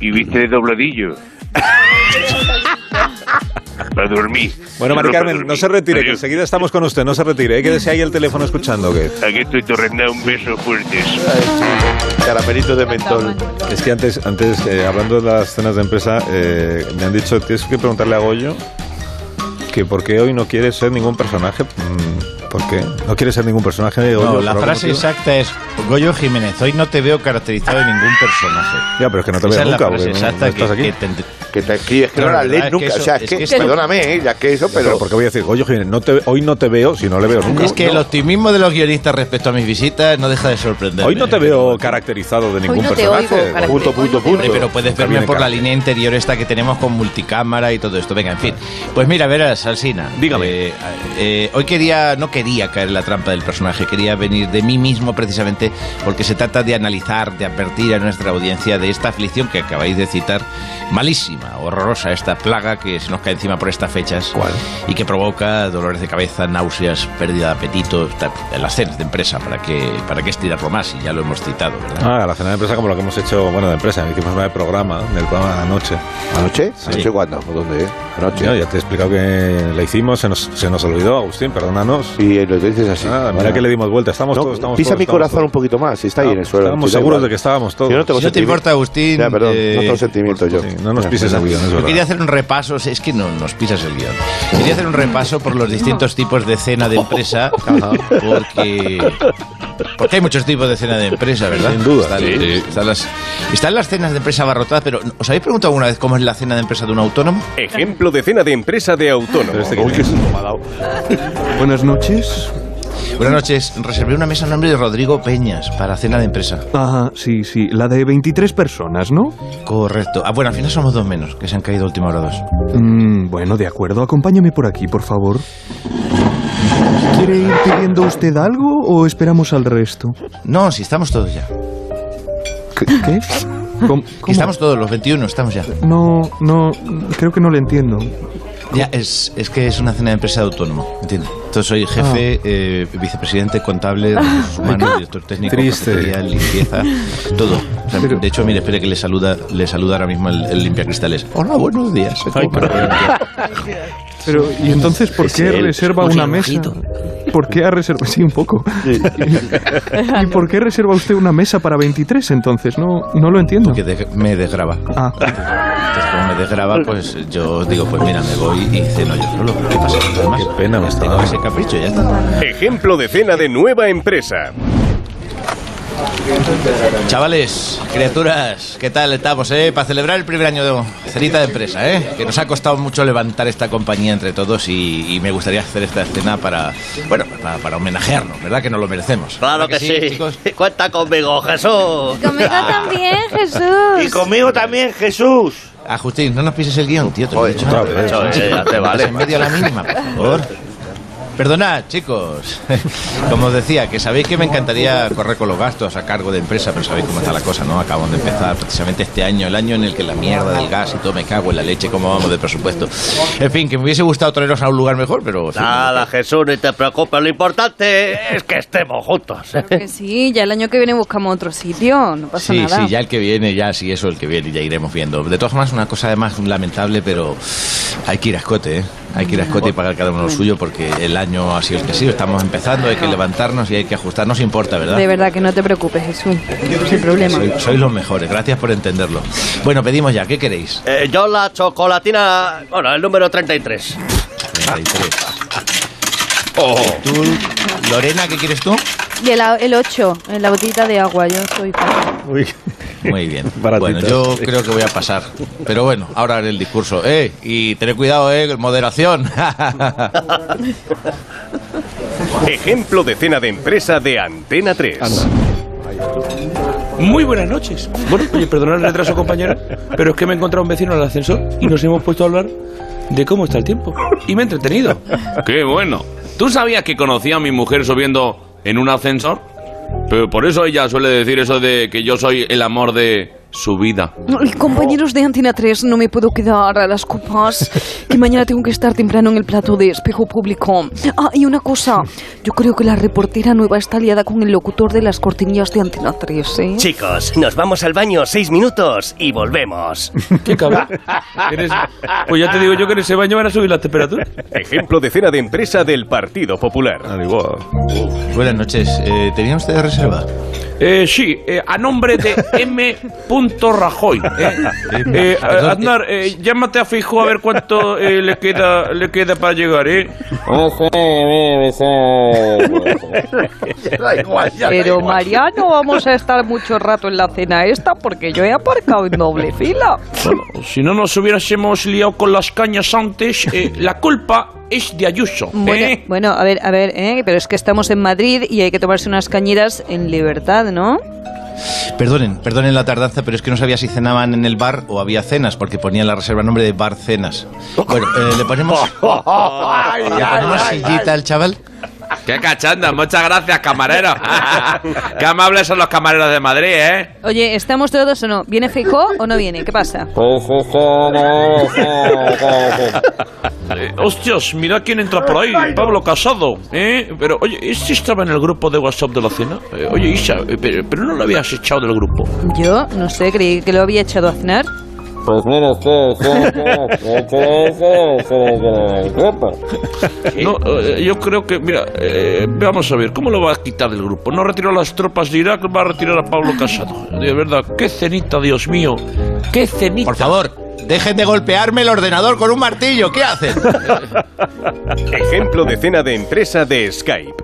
[SPEAKER 9] Y viste de dobladillo. para dormir.
[SPEAKER 1] Bueno, Mari
[SPEAKER 9] Solo para
[SPEAKER 1] Carmen,
[SPEAKER 9] dormir.
[SPEAKER 1] no se retire, que
[SPEAKER 9] Adiós.
[SPEAKER 1] enseguida estamos con usted, no se retire. ¿eh? Quédese ahí el teléfono escuchando, que
[SPEAKER 9] Aquí estoy torrendado, un beso fuerte.
[SPEAKER 3] Caramelitos de mentol.
[SPEAKER 1] es que antes, antes eh, hablando de las cenas de empresa, eh, me han dicho, tienes que preguntarle a Goyo que por qué hoy no quiere ser ningún personaje. Mm, ¿Por qué? No quiere ser ningún personaje de Goyo.
[SPEAKER 8] No, la
[SPEAKER 1] ¿por algún
[SPEAKER 8] frase
[SPEAKER 1] motivo?
[SPEAKER 8] exacta es Goyo Jiménez, hoy no te veo caracterizado de ningún personaje.
[SPEAKER 1] Ya, pero es que no te veo
[SPEAKER 8] Esa es la
[SPEAKER 1] nunca,
[SPEAKER 8] frase
[SPEAKER 1] porque no- no
[SPEAKER 8] exacta
[SPEAKER 1] estás
[SPEAKER 8] que,
[SPEAKER 1] aquí.
[SPEAKER 8] que tendré-
[SPEAKER 3] Que te escribes, que no,
[SPEAKER 8] No,
[SPEAKER 3] la
[SPEAKER 8] la
[SPEAKER 3] lees
[SPEAKER 8] verdad es
[SPEAKER 3] nunca.
[SPEAKER 8] que eso-
[SPEAKER 3] o sea, es
[SPEAKER 8] es
[SPEAKER 3] que,
[SPEAKER 8] que eso-
[SPEAKER 3] perdóname, ¿eh? ya que eso,
[SPEAKER 1] Pero
[SPEAKER 3] pero.
[SPEAKER 1] ¿por qué voy a decir, Goyo Jiménez, no te, hoy no te veo si no le veo nunca?
[SPEAKER 8] Es que el optimismo de los guionistas respecto a mis visitas no deja de sorprenderme.
[SPEAKER 1] Hoy no te veo caracterizado de ningún
[SPEAKER 2] no te
[SPEAKER 1] personaje.
[SPEAKER 2] oigo,
[SPEAKER 1] Goyo.
[SPEAKER 3] Punto, punto, punto.
[SPEAKER 8] Hombre, pero puedes
[SPEAKER 1] Está
[SPEAKER 8] verme
[SPEAKER 1] bien
[SPEAKER 8] por la
[SPEAKER 1] encarado.
[SPEAKER 8] línea interior esta que tenemos con multicámara y todo esto. Venga, en fin. Pues mira, verás, Alsina.
[SPEAKER 1] Dígame.
[SPEAKER 8] eh, eh, hoy quería, no quería caer en la trampa del personaje, quería venir de mí mismo precisamente porque se trata de analizar, de advertir a nuestra audiencia de esta aflicción que acabáis de citar, malísima, horrorosa, esta plaga que se nos cae encima por estas fechas. Y que provoca dolores de cabeza, náuseas, pérdida de apetito, ta- las cenas de empresa, ¿para que para qué estirarlo más? Y ya lo hemos citado, ¿verdad?
[SPEAKER 1] Ah, la cena de empresa como lo que hemos hecho, bueno, de empresa, hicimos una de programa, del programa de anoche.
[SPEAKER 3] ¿Anoche? ¿Anoche cuándo? ¿Dónde? eh? Anoche.
[SPEAKER 1] No, ya te he explicado que la hicimos, se nos, se nos olvidó, Agustín, perdónanos.
[SPEAKER 3] Y lo dices así.
[SPEAKER 1] Ah, mira
[SPEAKER 3] Ahora-
[SPEAKER 1] que le dimos vuelta, estamos
[SPEAKER 3] No,
[SPEAKER 1] todos, estamos
[SPEAKER 3] pisa
[SPEAKER 1] todos,
[SPEAKER 3] mi
[SPEAKER 1] estamos
[SPEAKER 3] corazón
[SPEAKER 1] todos.
[SPEAKER 3] un poquito más, si está ahí en el suelo.
[SPEAKER 1] Estábamos
[SPEAKER 3] estoy
[SPEAKER 1] seguros
[SPEAKER 3] igual.
[SPEAKER 1] de que estábamos todos. pues,
[SPEAKER 3] Yo no tengo
[SPEAKER 8] Si no te
[SPEAKER 3] sentimiento.
[SPEAKER 8] importa, Agustín,
[SPEAKER 3] Ya, perdón,
[SPEAKER 8] eh,
[SPEAKER 3] no tengo sentimientos yo.
[SPEAKER 1] Sí, no nos
[SPEAKER 3] Ya,
[SPEAKER 1] pises el
[SPEAKER 3] perdón.
[SPEAKER 1] guión, es
[SPEAKER 8] Yo
[SPEAKER 1] verdad.
[SPEAKER 8] quería hacer un repaso, es que no nos pisas el guión. Quería hacer un repaso por los distintos tipos de cena de empresa, porque, porque hay muchos tipos de cena de empresa, ¿verdad?
[SPEAKER 1] Sin duda,
[SPEAKER 8] Están,
[SPEAKER 1] sí.
[SPEAKER 8] están las, están las cenas de empresa abarrotadas, pero ¿os habéis preguntado alguna vez cómo es la cena de empresa de un autónomo?
[SPEAKER 11] Ejemplo de cena de empresa de autónomo.
[SPEAKER 1] Pero este que-
[SPEAKER 11] Buenas noches.
[SPEAKER 8] Buenas noches, reservé una mesa en nombre de Rodrigo Peñas para cena de empresa.
[SPEAKER 11] Ah, sí, sí, la de 23 personas, ¿no?
[SPEAKER 8] Correcto. Ah, bueno, al final somos dos menos, que se han caído a última hora dos.
[SPEAKER 11] Mm, bueno, de acuerdo, acompáñame por aquí, por favor. ¿Quiere ir pidiendo usted algo o esperamos al resto?
[SPEAKER 8] No, si estamos todos ya. Que
[SPEAKER 11] ¿Qué? qué? ¿Cómo- cómo?
[SPEAKER 8] Estamos todos, los 21, estamos ya.
[SPEAKER 11] No, no, creo que no le entiendo.
[SPEAKER 8] Ya, es, es que es una cena de empresa de autónomo, ¿entiendes? Entonces
[SPEAKER 11] Ah.
[SPEAKER 8] soy jefe, eh, vicepresidente, contable, recursos humanos, director técnico,
[SPEAKER 1] Triste.
[SPEAKER 8] cafetería, limpieza, todo. O sea,
[SPEAKER 11] Pero-
[SPEAKER 8] de hecho, mire, espere que le saluda, le saluda ahora mismo el, el limpiacristales. Hola, buenos días.
[SPEAKER 11] Pero, ¿y entonces por qué
[SPEAKER 3] él.
[SPEAKER 11] reserva una mesa? ¿Por qué ha reservado? Sí, un poco. ¿Y por qué reserva usted una mesa para 23 entonces? No, no lo entiendo.
[SPEAKER 8] Porque de- me desgraba.
[SPEAKER 11] Ah,
[SPEAKER 8] Entonces, como me desgraba, pues yo digo, pues mira, me voy y ceno yo solo. ¿Qué pasa? Además,
[SPEAKER 1] Qué pena me está
[SPEAKER 8] tengo
[SPEAKER 1] dando.
[SPEAKER 8] ese capricho, ya está.
[SPEAKER 11] Ejemplo de cena de nueva empresa.
[SPEAKER 8] Chavales, criaturas, ¿qué tal estamos, eh? Para celebrar el primer año de cenita de empresa, eh. Que nos ha costado mucho levantar esta compañía entre todos y, y me gustaría hacer esta escena para, bueno, para, para homenajearnos, ¿verdad? Que nos lo merecemos.
[SPEAKER 12] Claro que
[SPEAKER 8] ¿Verdad
[SPEAKER 12] sí.
[SPEAKER 8] chicos?
[SPEAKER 12] Cuenta conmigo, Jesús.
[SPEAKER 7] Conmigo también, Jesús.
[SPEAKER 3] Y conmigo también, Jesús.
[SPEAKER 8] Ah, Justín, no nos pises el guión, tío. Te lo he dicho
[SPEAKER 1] otra
[SPEAKER 8] antes.
[SPEAKER 1] vez.
[SPEAKER 12] Eso, eh, ya te
[SPEAKER 8] Estás
[SPEAKER 12] vale.
[SPEAKER 8] en medio a la mínima, por favor. Perdonad, chicos. Como os decía, que sabéis que me encantaría correr con los gastos a cargo de empresa, pero sabéis cómo está la cosa, ¿no? Acabamos de empezar precisamente este año, el año en el que la mierda del gas y todo me cago en la leche, cómo vamos de presupuesto. En fin, que me hubiese gustado traeros a un lugar mejor, pero... en fin,
[SPEAKER 12] Nada, Jesús, no te preocupes. Lo importante es que estemos juntos. ¿eh?
[SPEAKER 4] Que sí, ya el año que viene buscamos otro sitio, no pasa
[SPEAKER 8] Sí,
[SPEAKER 4] nada.
[SPEAKER 8] sí, ya el que viene, ya sí, eso el que viene, ya iremos viendo. De todas formas, una cosa además lamentable, pero hay que ir a escote, ¿eh? Hay que ir a escote y pagar cada uno lo suyo porque el año ha sido el que ha sido. Estamos empezando, hay que levantarnos y hay que ajustarnos, importa, ¿verdad?
[SPEAKER 4] De verdad que no te preocupes, Jesús. No hay problema.
[SPEAKER 8] Soy- sois los mejores, gracias por entenderlo. Bueno, pedimos ya, ¿qué queréis?
[SPEAKER 12] Eh, yo la chocolatina, bueno, el número 33.
[SPEAKER 8] 33.
[SPEAKER 13] Oh.
[SPEAKER 8] Tú, Lorena, ¿qué quieres tú?
[SPEAKER 2] Y el, a- el 8, en la botita de agua, yo soy fan.
[SPEAKER 8] Muy bien. Bueno, yo creo que voy a pasar. Pero bueno, ahora haré el discurso. ¡Eh! Y tened cuidado, ¿eh? Moderación.
[SPEAKER 13] Ejemplo de cena de empresa de Antena 3.
[SPEAKER 6] Muy buenas noches. Bueno, oye, perdonad el retraso, compañera, pero es que me he encontrado un vecino en el ascensor y nos hemos puesto a hablar de cómo está el tiempo. Y me he entretenido. ¡Qué bueno! ¿Tú sabías que conocía a mi mujer subiendo en un ascensor? Pero por eso ella suele decir eso de que yo soy el amor de su vida.
[SPEAKER 4] Ay, Compañeros de Antina 3, no me puedo quedar a las copas, que mañana tengo que estar temprano en el plato de espejo público. Ah, y una cosa, yo creo que la reportera nueva está liada con el locutor de las cortinillas de Antina 3, ¿eh?
[SPEAKER 12] Chicos, nos vamos al baño seis minutos y volvemos.
[SPEAKER 6] ¿Qué cabrón? Eres- Pues ya te digo yo que en ese baño van a subir las temperaturas.
[SPEAKER 13] Ejemplo de cena de empresa del Partido Popular.
[SPEAKER 8] Buenas noches. Eh, ¿Tenían ustedes reserva?
[SPEAKER 6] Eh, sí, eh, a nombre de M. Rajoy. eh. Eh,
[SPEAKER 8] Perdón,
[SPEAKER 6] Aznar, eh, llámate a Fijo a ver cuánto eh, le queda le queda para llegar, ¿eh?
[SPEAKER 2] Pero Mariano, vamos a estar mucho rato en la cena esta porque yo he aparcado en doble fila.
[SPEAKER 6] Si no nos hubiésemos liado con las cañas antes, eh, la culpa es de Ayuso.
[SPEAKER 2] Bueno,
[SPEAKER 6] ¿eh?
[SPEAKER 2] bueno, a ver, a ver, ¿eh? pero es que estamos en Madrid y hay que tomarse unas cañeras en libertad, ¿no?
[SPEAKER 8] eh, Perdonen, perdonen la tardanza, pero es que no sabía si cenaban en el bar o había cenas, porque ponía la reserva nombre de bar cenas. Bueno, eh, le ponemos, le ponemos sillita al chaval.
[SPEAKER 14] Qué cachanda, muchas gracias, camarero. Qué amables son los camareros de Madrid, ¿eh?
[SPEAKER 2] Oye, ¿estamos todos o no? ¿Viene Feijó o no viene? ¿Qué pasa?
[SPEAKER 6] Eh, hostias, mira quién entra por ahí, Pablo Casado. ¿eh? Pero, oye, ¿este estaba en el grupo de WhatsApp de la cena? Eh, oye, Isa, eh, pero, pero no lo habías echado del grupo.
[SPEAKER 2] Yo, no sé, creí que lo había echado a cenar.
[SPEAKER 6] Pues mira, No, eh, yo creo que, mira, eh, vamos a ver, ¿cómo lo va a quitar del grupo? No retiró a las tropas de Irak, va a retirar a Pablo Casado. De verdad, qué cenita, Dios mío, qué cenita. Por
[SPEAKER 8] favor, dejen de golpearme el ordenador con un martillo, ¿qué hacen?
[SPEAKER 13] Ejemplo de cena de empresa de Skype.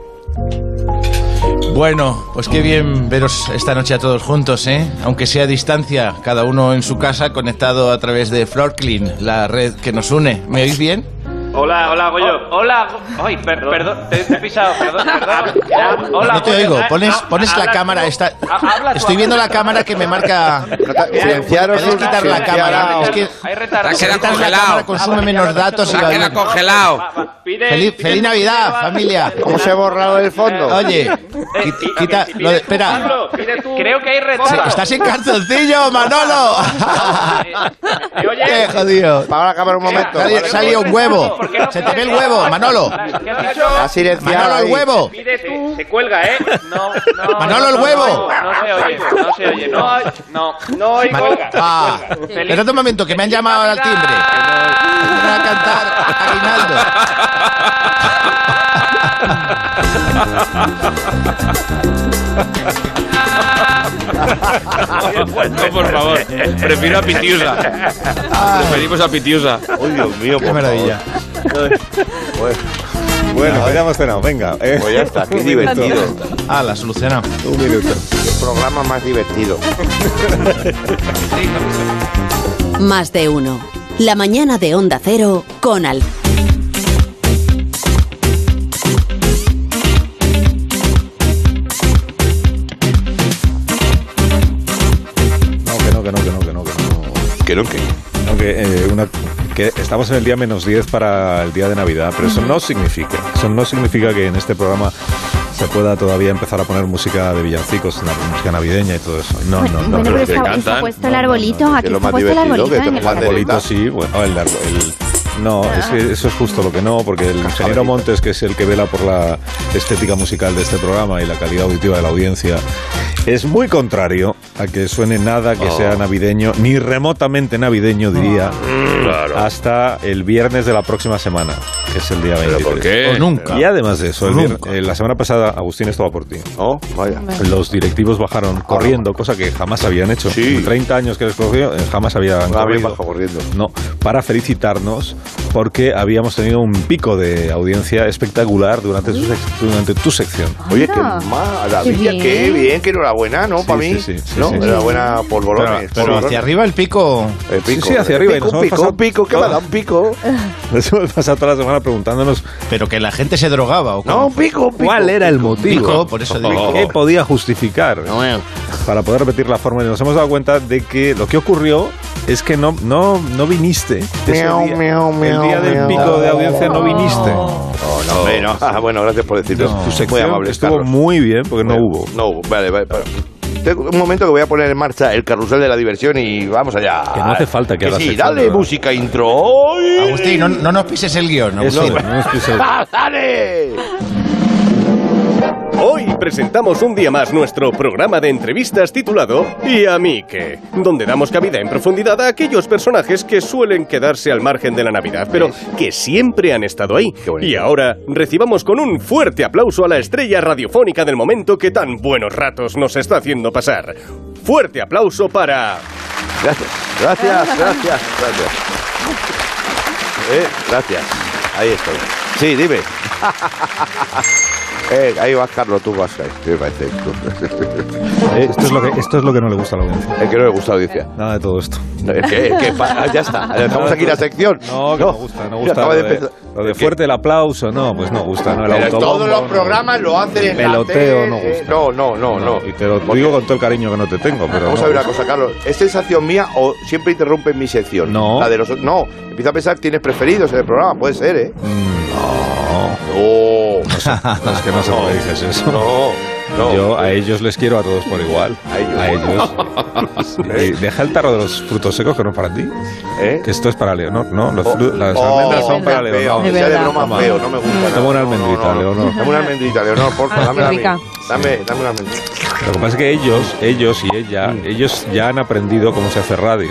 [SPEAKER 8] Bueno, pues qué bien veros esta noche a todos juntos, ¿eh? Aunque sea a distancia, cada uno en su casa, conectado a través de Floorclean, la red que nos une. ¿Me oís bien?
[SPEAKER 15] Hola, hola, Goyo. hola, Go- ay, per- perdón, te, te he pisado, perdón, perdón. Ya, Hola,
[SPEAKER 8] no te
[SPEAKER 15] Goyo.
[SPEAKER 8] oigo,
[SPEAKER 15] Ah,
[SPEAKER 8] pones,
[SPEAKER 15] no,
[SPEAKER 8] pones la
[SPEAKER 15] habla
[SPEAKER 8] cámara,
[SPEAKER 15] tú.
[SPEAKER 8] está,
[SPEAKER 15] Ha- habla tú,
[SPEAKER 8] estoy viendo la cámara que me marca...
[SPEAKER 3] Silenciaros,
[SPEAKER 8] Puedes quitar la cámara, es que...
[SPEAKER 15] Hay retardo.
[SPEAKER 8] si quitas la cámara consume menos datos y
[SPEAKER 14] Se ha
[SPEAKER 8] va
[SPEAKER 14] quedado
[SPEAKER 8] bien.
[SPEAKER 14] congelado.
[SPEAKER 15] Pide-
[SPEAKER 8] Feliz,
[SPEAKER 15] pide-
[SPEAKER 8] feliz Navidad, familia. ¿Cómo se ha borrado el fondo? Oye, qui- quita, lo de- espera.
[SPEAKER 15] Pablo, pide tú. Creo que hay retardo.
[SPEAKER 8] Se- Estás en calzoncillo, Manolo.
[SPEAKER 15] Y oye,
[SPEAKER 8] Qué jodido.
[SPEAKER 3] Apaga la cámara un momento.
[SPEAKER 8] Salió-
[SPEAKER 3] ¿vale?
[SPEAKER 8] salió un huevo. Se te ve el huevo, Manolo.
[SPEAKER 15] ¿qué has dicho?
[SPEAKER 3] Ha silenciado
[SPEAKER 8] Manolo, el
[SPEAKER 3] ahí.
[SPEAKER 8] huevo.
[SPEAKER 15] Pide tú. Se, se cuelga, ¿eh? No, no.
[SPEAKER 8] Manolo, el
[SPEAKER 15] no, no, No,
[SPEAKER 8] huevo.
[SPEAKER 15] se oye, no se oye. No, no, no oigo.
[SPEAKER 8] Manolo- Ah, Pero un momento, que me han llamado al timbre.
[SPEAKER 14] No, por favor, prefiero a Pitiusa. Preferimos a Pitiusa.
[SPEAKER 3] Uy, Dios mío,
[SPEAKER 14] Qué maravilla.
[SPEAKER 1] Bueno, pues ya hemos cenado, venga. eh.
[SPEAKER 3] Pues ya está, qué
[SPEAKER 1] Un
[SPEAKER 3] divertido.
[SPEAKER 1] minuto.
[SPEAKER 8] Ah, la solucionado.
[SPEAKER 1] Un minuto.
[SPEAKER 3] Programa más divertido.
[SPEAKER 16] Más de uno. La mañana de Onda Cero con Al.
[SPEAKER 1] No, que no, que no, que no, que no, que no.
[SPEAKER 3] Que no, que
[SPEAKER 1] No, que eh, una que estamos en el día menos 10 para el día de Navidad, pero eso no significa, eso no significa que en este programa se pueda todavía empezar a poner música de villancicos, la música navideña y todo eso. No, Pues no, no.
[SPEAKER 17] Bueno, pero está, está puesto el arbolito, aquí está puesto el arbolito ¿eh? en el
[SPEAKER 1] El arbolito sí, bueno, Ah, el, arbo- el- no, es que eso es justo lo que no, porque el ingeniero Montes, que es el que vela por la estética musical de este programa y la calidad auditiva de la audiencia, es muy contrario a que suene nada que
[SPEAKER 18] Oh.
[SPEAKER 1] sea navideño, ni remotamente navideño, diría, hasta el viernes de la próxima semana, que es el día 23.
[SPEAKER 5] por qué? O nunca.
[SPEAKER 1] Y además de eso, el
[SPEAKER 5] Nunca.
[SPEAKER 1] vier- eh, la semana pasada Agustín estaba por ti. Oh, vaya. Los directivos bajaron corriendo, cosa que jamás habían hecho. En 30 años que les conoció, eh, jamás habían
[SPEAKER 3] No habían
[SPEAKER 1] corrido. No, para felicitarnos porque habíamos tenido un pico de audiencia espectacular durante, su sec- durante tu sección.
[SPEAKER 3] Oye, qué maravilla,
[SPEAKER 1] Qué bien.
[SPEAKER 3] qué bien, que enhorabuena, ¿no? Para mí,
[SPEAKER 1] sí, sí, sí,
[SPEAKER 3] ¿no?
[SPEAKER 1] sí.
[SPEAKER 3] Enhorabuena por bolones.
[SPEAKER 1] Pero- pero hacia
[SPEAKER 8] arriba el pico.
[SPEAKER 3] El pico.
[SPEAKER 1] Sí, sí, hacia arriba. y
[SPEAKER 3] Pico,
[SPEAKER 1] nos
[SPEAKER 3] un
[SPEAKER 1] hemos
[SPEAKER 3] pico,
[SPEAKER 1] pasado
[SPEAKER 3] un pico, ¿qué me da un pico?
[SPEAKER 1] Nos hemos pasado toda la semana preguntándonos.
[SPEAKER 8] Pero que la gente se drogaba o
[SPEAKER 3] No, un pico, un pico.
[SPEAKER 1] ¿Cuál era el motivo?
[SPEAKER 8] Pico, por eso
[SPEAKER 3] Oh.
[SPEAKER 8] digo.
[SPEAKER 1] ¿Qué podía justificar? Para poder repetir la fórmula. Y nos hemos dado cuenta de que lo que ocurrió es que no, no, no viniste. ese
[SPEAKER 3] Miau,
[SPEAKER 1] día.
[SPEAKER 3] miau, miau,
[SPEAKER 1] el día del
[SPEAKER 3] miau.
[SPEAKER 1] pico de audiencia no viniste.
[SPEAKER 3] No, no, hombre, no. Ah, bueno, gracias por decirlo.
[SPEAKER 1] Tu sección
[SPEAKER 3] Muy amable,
[SPEAKER 1] estuvo
[SPEAKER 3] Carlos.
[SPEAKER 1] muy bien porque no hubo.
[SPEAKER 3] No hubo. Vale, vale. pero- Tengo un momento que voy a poner en marcha el carrusel de la diversión y vamos allá.
[SPEAKER 1] Que no hace falta que hagas
[SPEAKER 3] Sí,
[SPEAKER 1] sección,
[SPEAKER 3] dale
[SPEAKER 1] ¿verdad?
[SPEAKER 3] música intro.
[SPEAKER 8] Agustín, no, no nos pises el guión.
[SPEAKER 1] Eso,
[SPEAKER 8] Agustín.
[SPEAKER 1] no nos pises el-
[SPEAKER 3] ¡Ah, dale!
[SPEAKER 13] Hoy presentamos un día más nuestro programa de entrevistas titulado Y a mí qué, donde damos cabida en profundidad a aquellos personajes que suelen quedarse al margen de la Navidad, pero que siempre han estado ahí. Y ahora recibamos con un fuerte aplauso a la estrella radiofónica del momento que tan buenos ratos nos está haciendo pasar. Fuerte aplauso para...
[SPEAKER 3] Gracias, gracias, gracias, gracias. Eh, gracias. Ahí estoy. Sí, dime. Eh, ahí vas, Carlos, tú vas ahí. Me parece. Eh,
[SPEAKER 1] Esto es, lo que, esto es lo que no le gusta a la audiencia.
[SPEAKER 3] El que no le gusta a la audiencia.
[SPEAKER 1] Nada de todo esto.
[SPEAKER 3] Es que, es que pa- ah, ya está. Estamos aquí en la sección.
[SPEAKER 1] No, que no, gusta, no
[SPEAKER 3] ya
[SPEAKER 1] gusta. Lo
[SPEAKER 3] acaba de
[SPEAKER 1] de,
[SPEAKER 3] empezar.
[SPEAKER 1] lo de fuerte el aplauso, no, pues no gusta. No, el
[SPEAKER 3] Pero
[SPEAKER 1] autobombo,
[SPEAKER 3] todos los
[SPEAKER 1] no.
[SPEAKER 3] programas lo hacen en la
[SPEAKER 1] peloteo no
[SPEAKER 3] tele. eh,
[SPEAKER 1] gusta.
[SPEAKER 3] No, no, no, no.
[SPEAKER 1] Y te lo digo con todo el cariño que no te tengo, pero.
[SPEAKER 3] Vamos
[SPEAKER 1] no
[SPEAKER 3] a ver una
[SPEAKER 1] gusta.
[SPEAKER 3] cosa, Carlos. ¿Es sensación mía o siempre interrumpen mi sección? No. La de los, no. Empieza a pensar que tienes preferidos en el programa. Puede ser, ¿eh?
[SPEAKER 1] Mm.
[SPEAKER 3] No. No.
[SPEAKER 1] No, es que no se puede dices eso.
[SPEAKER 3] No.
[SPEAKER 1] Yo a ellos les quiero a todos por igual. A ellos. Sí, y deja el tarro de los frutos secos que no es para ti.
[SPEAKER 3] ¿Eh?
[SPEAKER 1] Que esto es para Leonor, ¿no?
[SPEAKER 3] Oh,
[SPEAKER 1] Los fru- las almendras son para Leonor.
[SPEAKER 3] Feo, sea de broma feo, no me gusta.
[SPEAKER 1] Toma una almendrita, Leonor.
[SPEAKER 3] Dame una almendrita, Leonor, porfa,
[SPEAKER 1] Ah,
[SPEAKER 3] dame
[SPEAKER 1] qué
[SPEAKER 3] Dame, dame, dame una almendrita.
[SPEAKER 1] Lo que pasa es que ellos, ellos y ella, ellos ya han aprendido cómo se hace radio.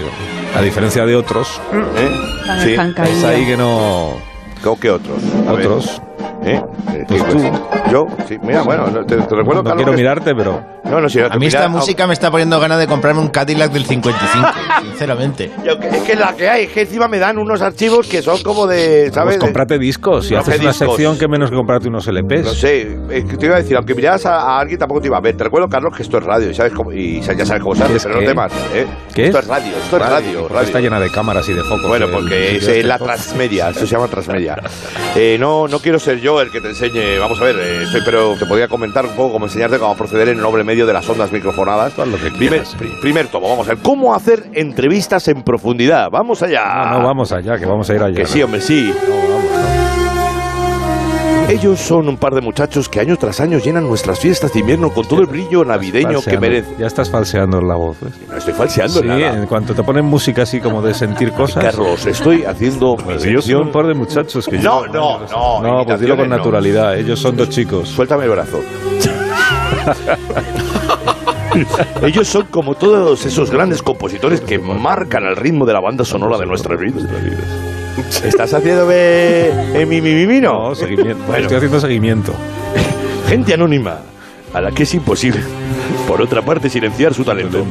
[SPEAKER 1] A diferencia de otros.
[SPEAKER 3] ¿Eh?
[SPEAKER 1] Sí, es ahí que no.
[SPEAKER 3] ¿Con qué otros? A ver.
[SPEAKER 1] Otros.
[SPEAKER 3] ¿Eh?
[SPEAKER 1] Pues tú.
[SPEAKER 3] Yo, sí, mira, bueno, no, te, te
[SPEAKER 1] No
[SPEAKER 3] recuerdo, Carlos,
[SPEAKER 1] quiero
[SPEAKER 3] que-
[SPEAKER 1] mirarte, pero.
[SPEAKER 3] No, no, si
[SPEAKER 8] A mí esta música me está poniendo ganas de comprarme un Cadillac del 55, sinceramente.
[SPEAKER 3] Yo que- es que la que hay, es que encima me dan unos archivos que son como de,
[SPEAKER 1] Pues
[SPEAKER 3] ¿sabes?
[SPEAKER 1] cómprate discos. Y
[SPEAKER 3] Cómprate
[SPEAKER 1] haces una
[SPEAKER 3] discos.
[SPEAKER 1] sección que menos que comprarte unos LPs.
[SPEAKER 3] No sé, es que te iba a decir, aunque miraras a, a alguien tampoco te iba a ver. Te recuerdo, Carlos, que esto es radio, y ¿sabes? Cómo, y sa- ya sabes cómo se hace,
[SPEAKER 1] ¿Qué es
[SPEAKER 3] pero no
[SPEAKER 1] qué?
[SPEAKER 3] te mates, ¿eh?
[SPEAKER 1] ¿Qué
[SPEAKER 3] esto
[SPEAKER 1] es?
[SPEAKER 3] es radio, esto es radio,
[SPEAKER 1] Porque
[SPEAKER 3] radio.
[SPEAKER 1] Está llena de cámaras y de focos.
[SPEAKER 3] Bueno,
[SPEAKER 1] El-
[SPEAKER 3] porque
[SPEAKER 1] el-
[SPEAKER 3] es eh, la transmedia, eso se llama transmedia. Eh, no, no quiero ser yo el que te enseñe, vamos a ver, eh, estoy- pero te podría comentar un poco cómo enseñarte cómo proceder en el noble medio de las ondas microfonadas. primer, pri- primer tomo, vamos a ver, cómo hacer entrevistas en profundidad. Vamos allá.
[SPEAKER 1] Ah, No, vamos allá, que vamos a ir allá.
[SPEAKER 3] Que sí, hombre, sí. Ellos son un par de muchachos que año tras año llenan nuestras fiestas de invierno con todo el brillo navideño que
[SPEAKER 1] Falseando.
[SPEAKER 3] merecen.
[SPEAKER 1] Ya estás falseando la voz. ¿ves?
[SPEAKER 3] No estoy falseando
[SPEAKER 1] sí,
[SPEAKER 3] nada.
[SPEAKER 1] en cuanto te ponen música así como de sentir cosas.
[SPEAKER 3] Carlos, estoy haciendo mi
[SPEAKER 1] Pues ellos son
[SPEAKER 3] sección.
[SPEAKER 1] un par de muchachos que
[SPEAKER 3] No,
[SPEAKER 1] yo- No,
[SPEAKER 3] no, no.
[SPEAKER 1] pues dilo
[SPEAKER 3] imitaciones
[SPEAKER 1] con
[SPEAKER 3] no.
[SPEAKER 1] naturalidad. Ellos son dos chicos.
[SPEAKER 3] Suéltame el brazo. Ellos son como todos esos grandes compositores que marcan el ritmo de la banda sonora de nuestras vidas. ¿Estás haciéndome eh, mi, mi, mi, mi, no?
[SPEAKER 1] seguimiento. Estoy haciendo seguimiento.
[SPEAKER 3] Gente anónima, a la que es imposible, por otra parte, silenciar su talento.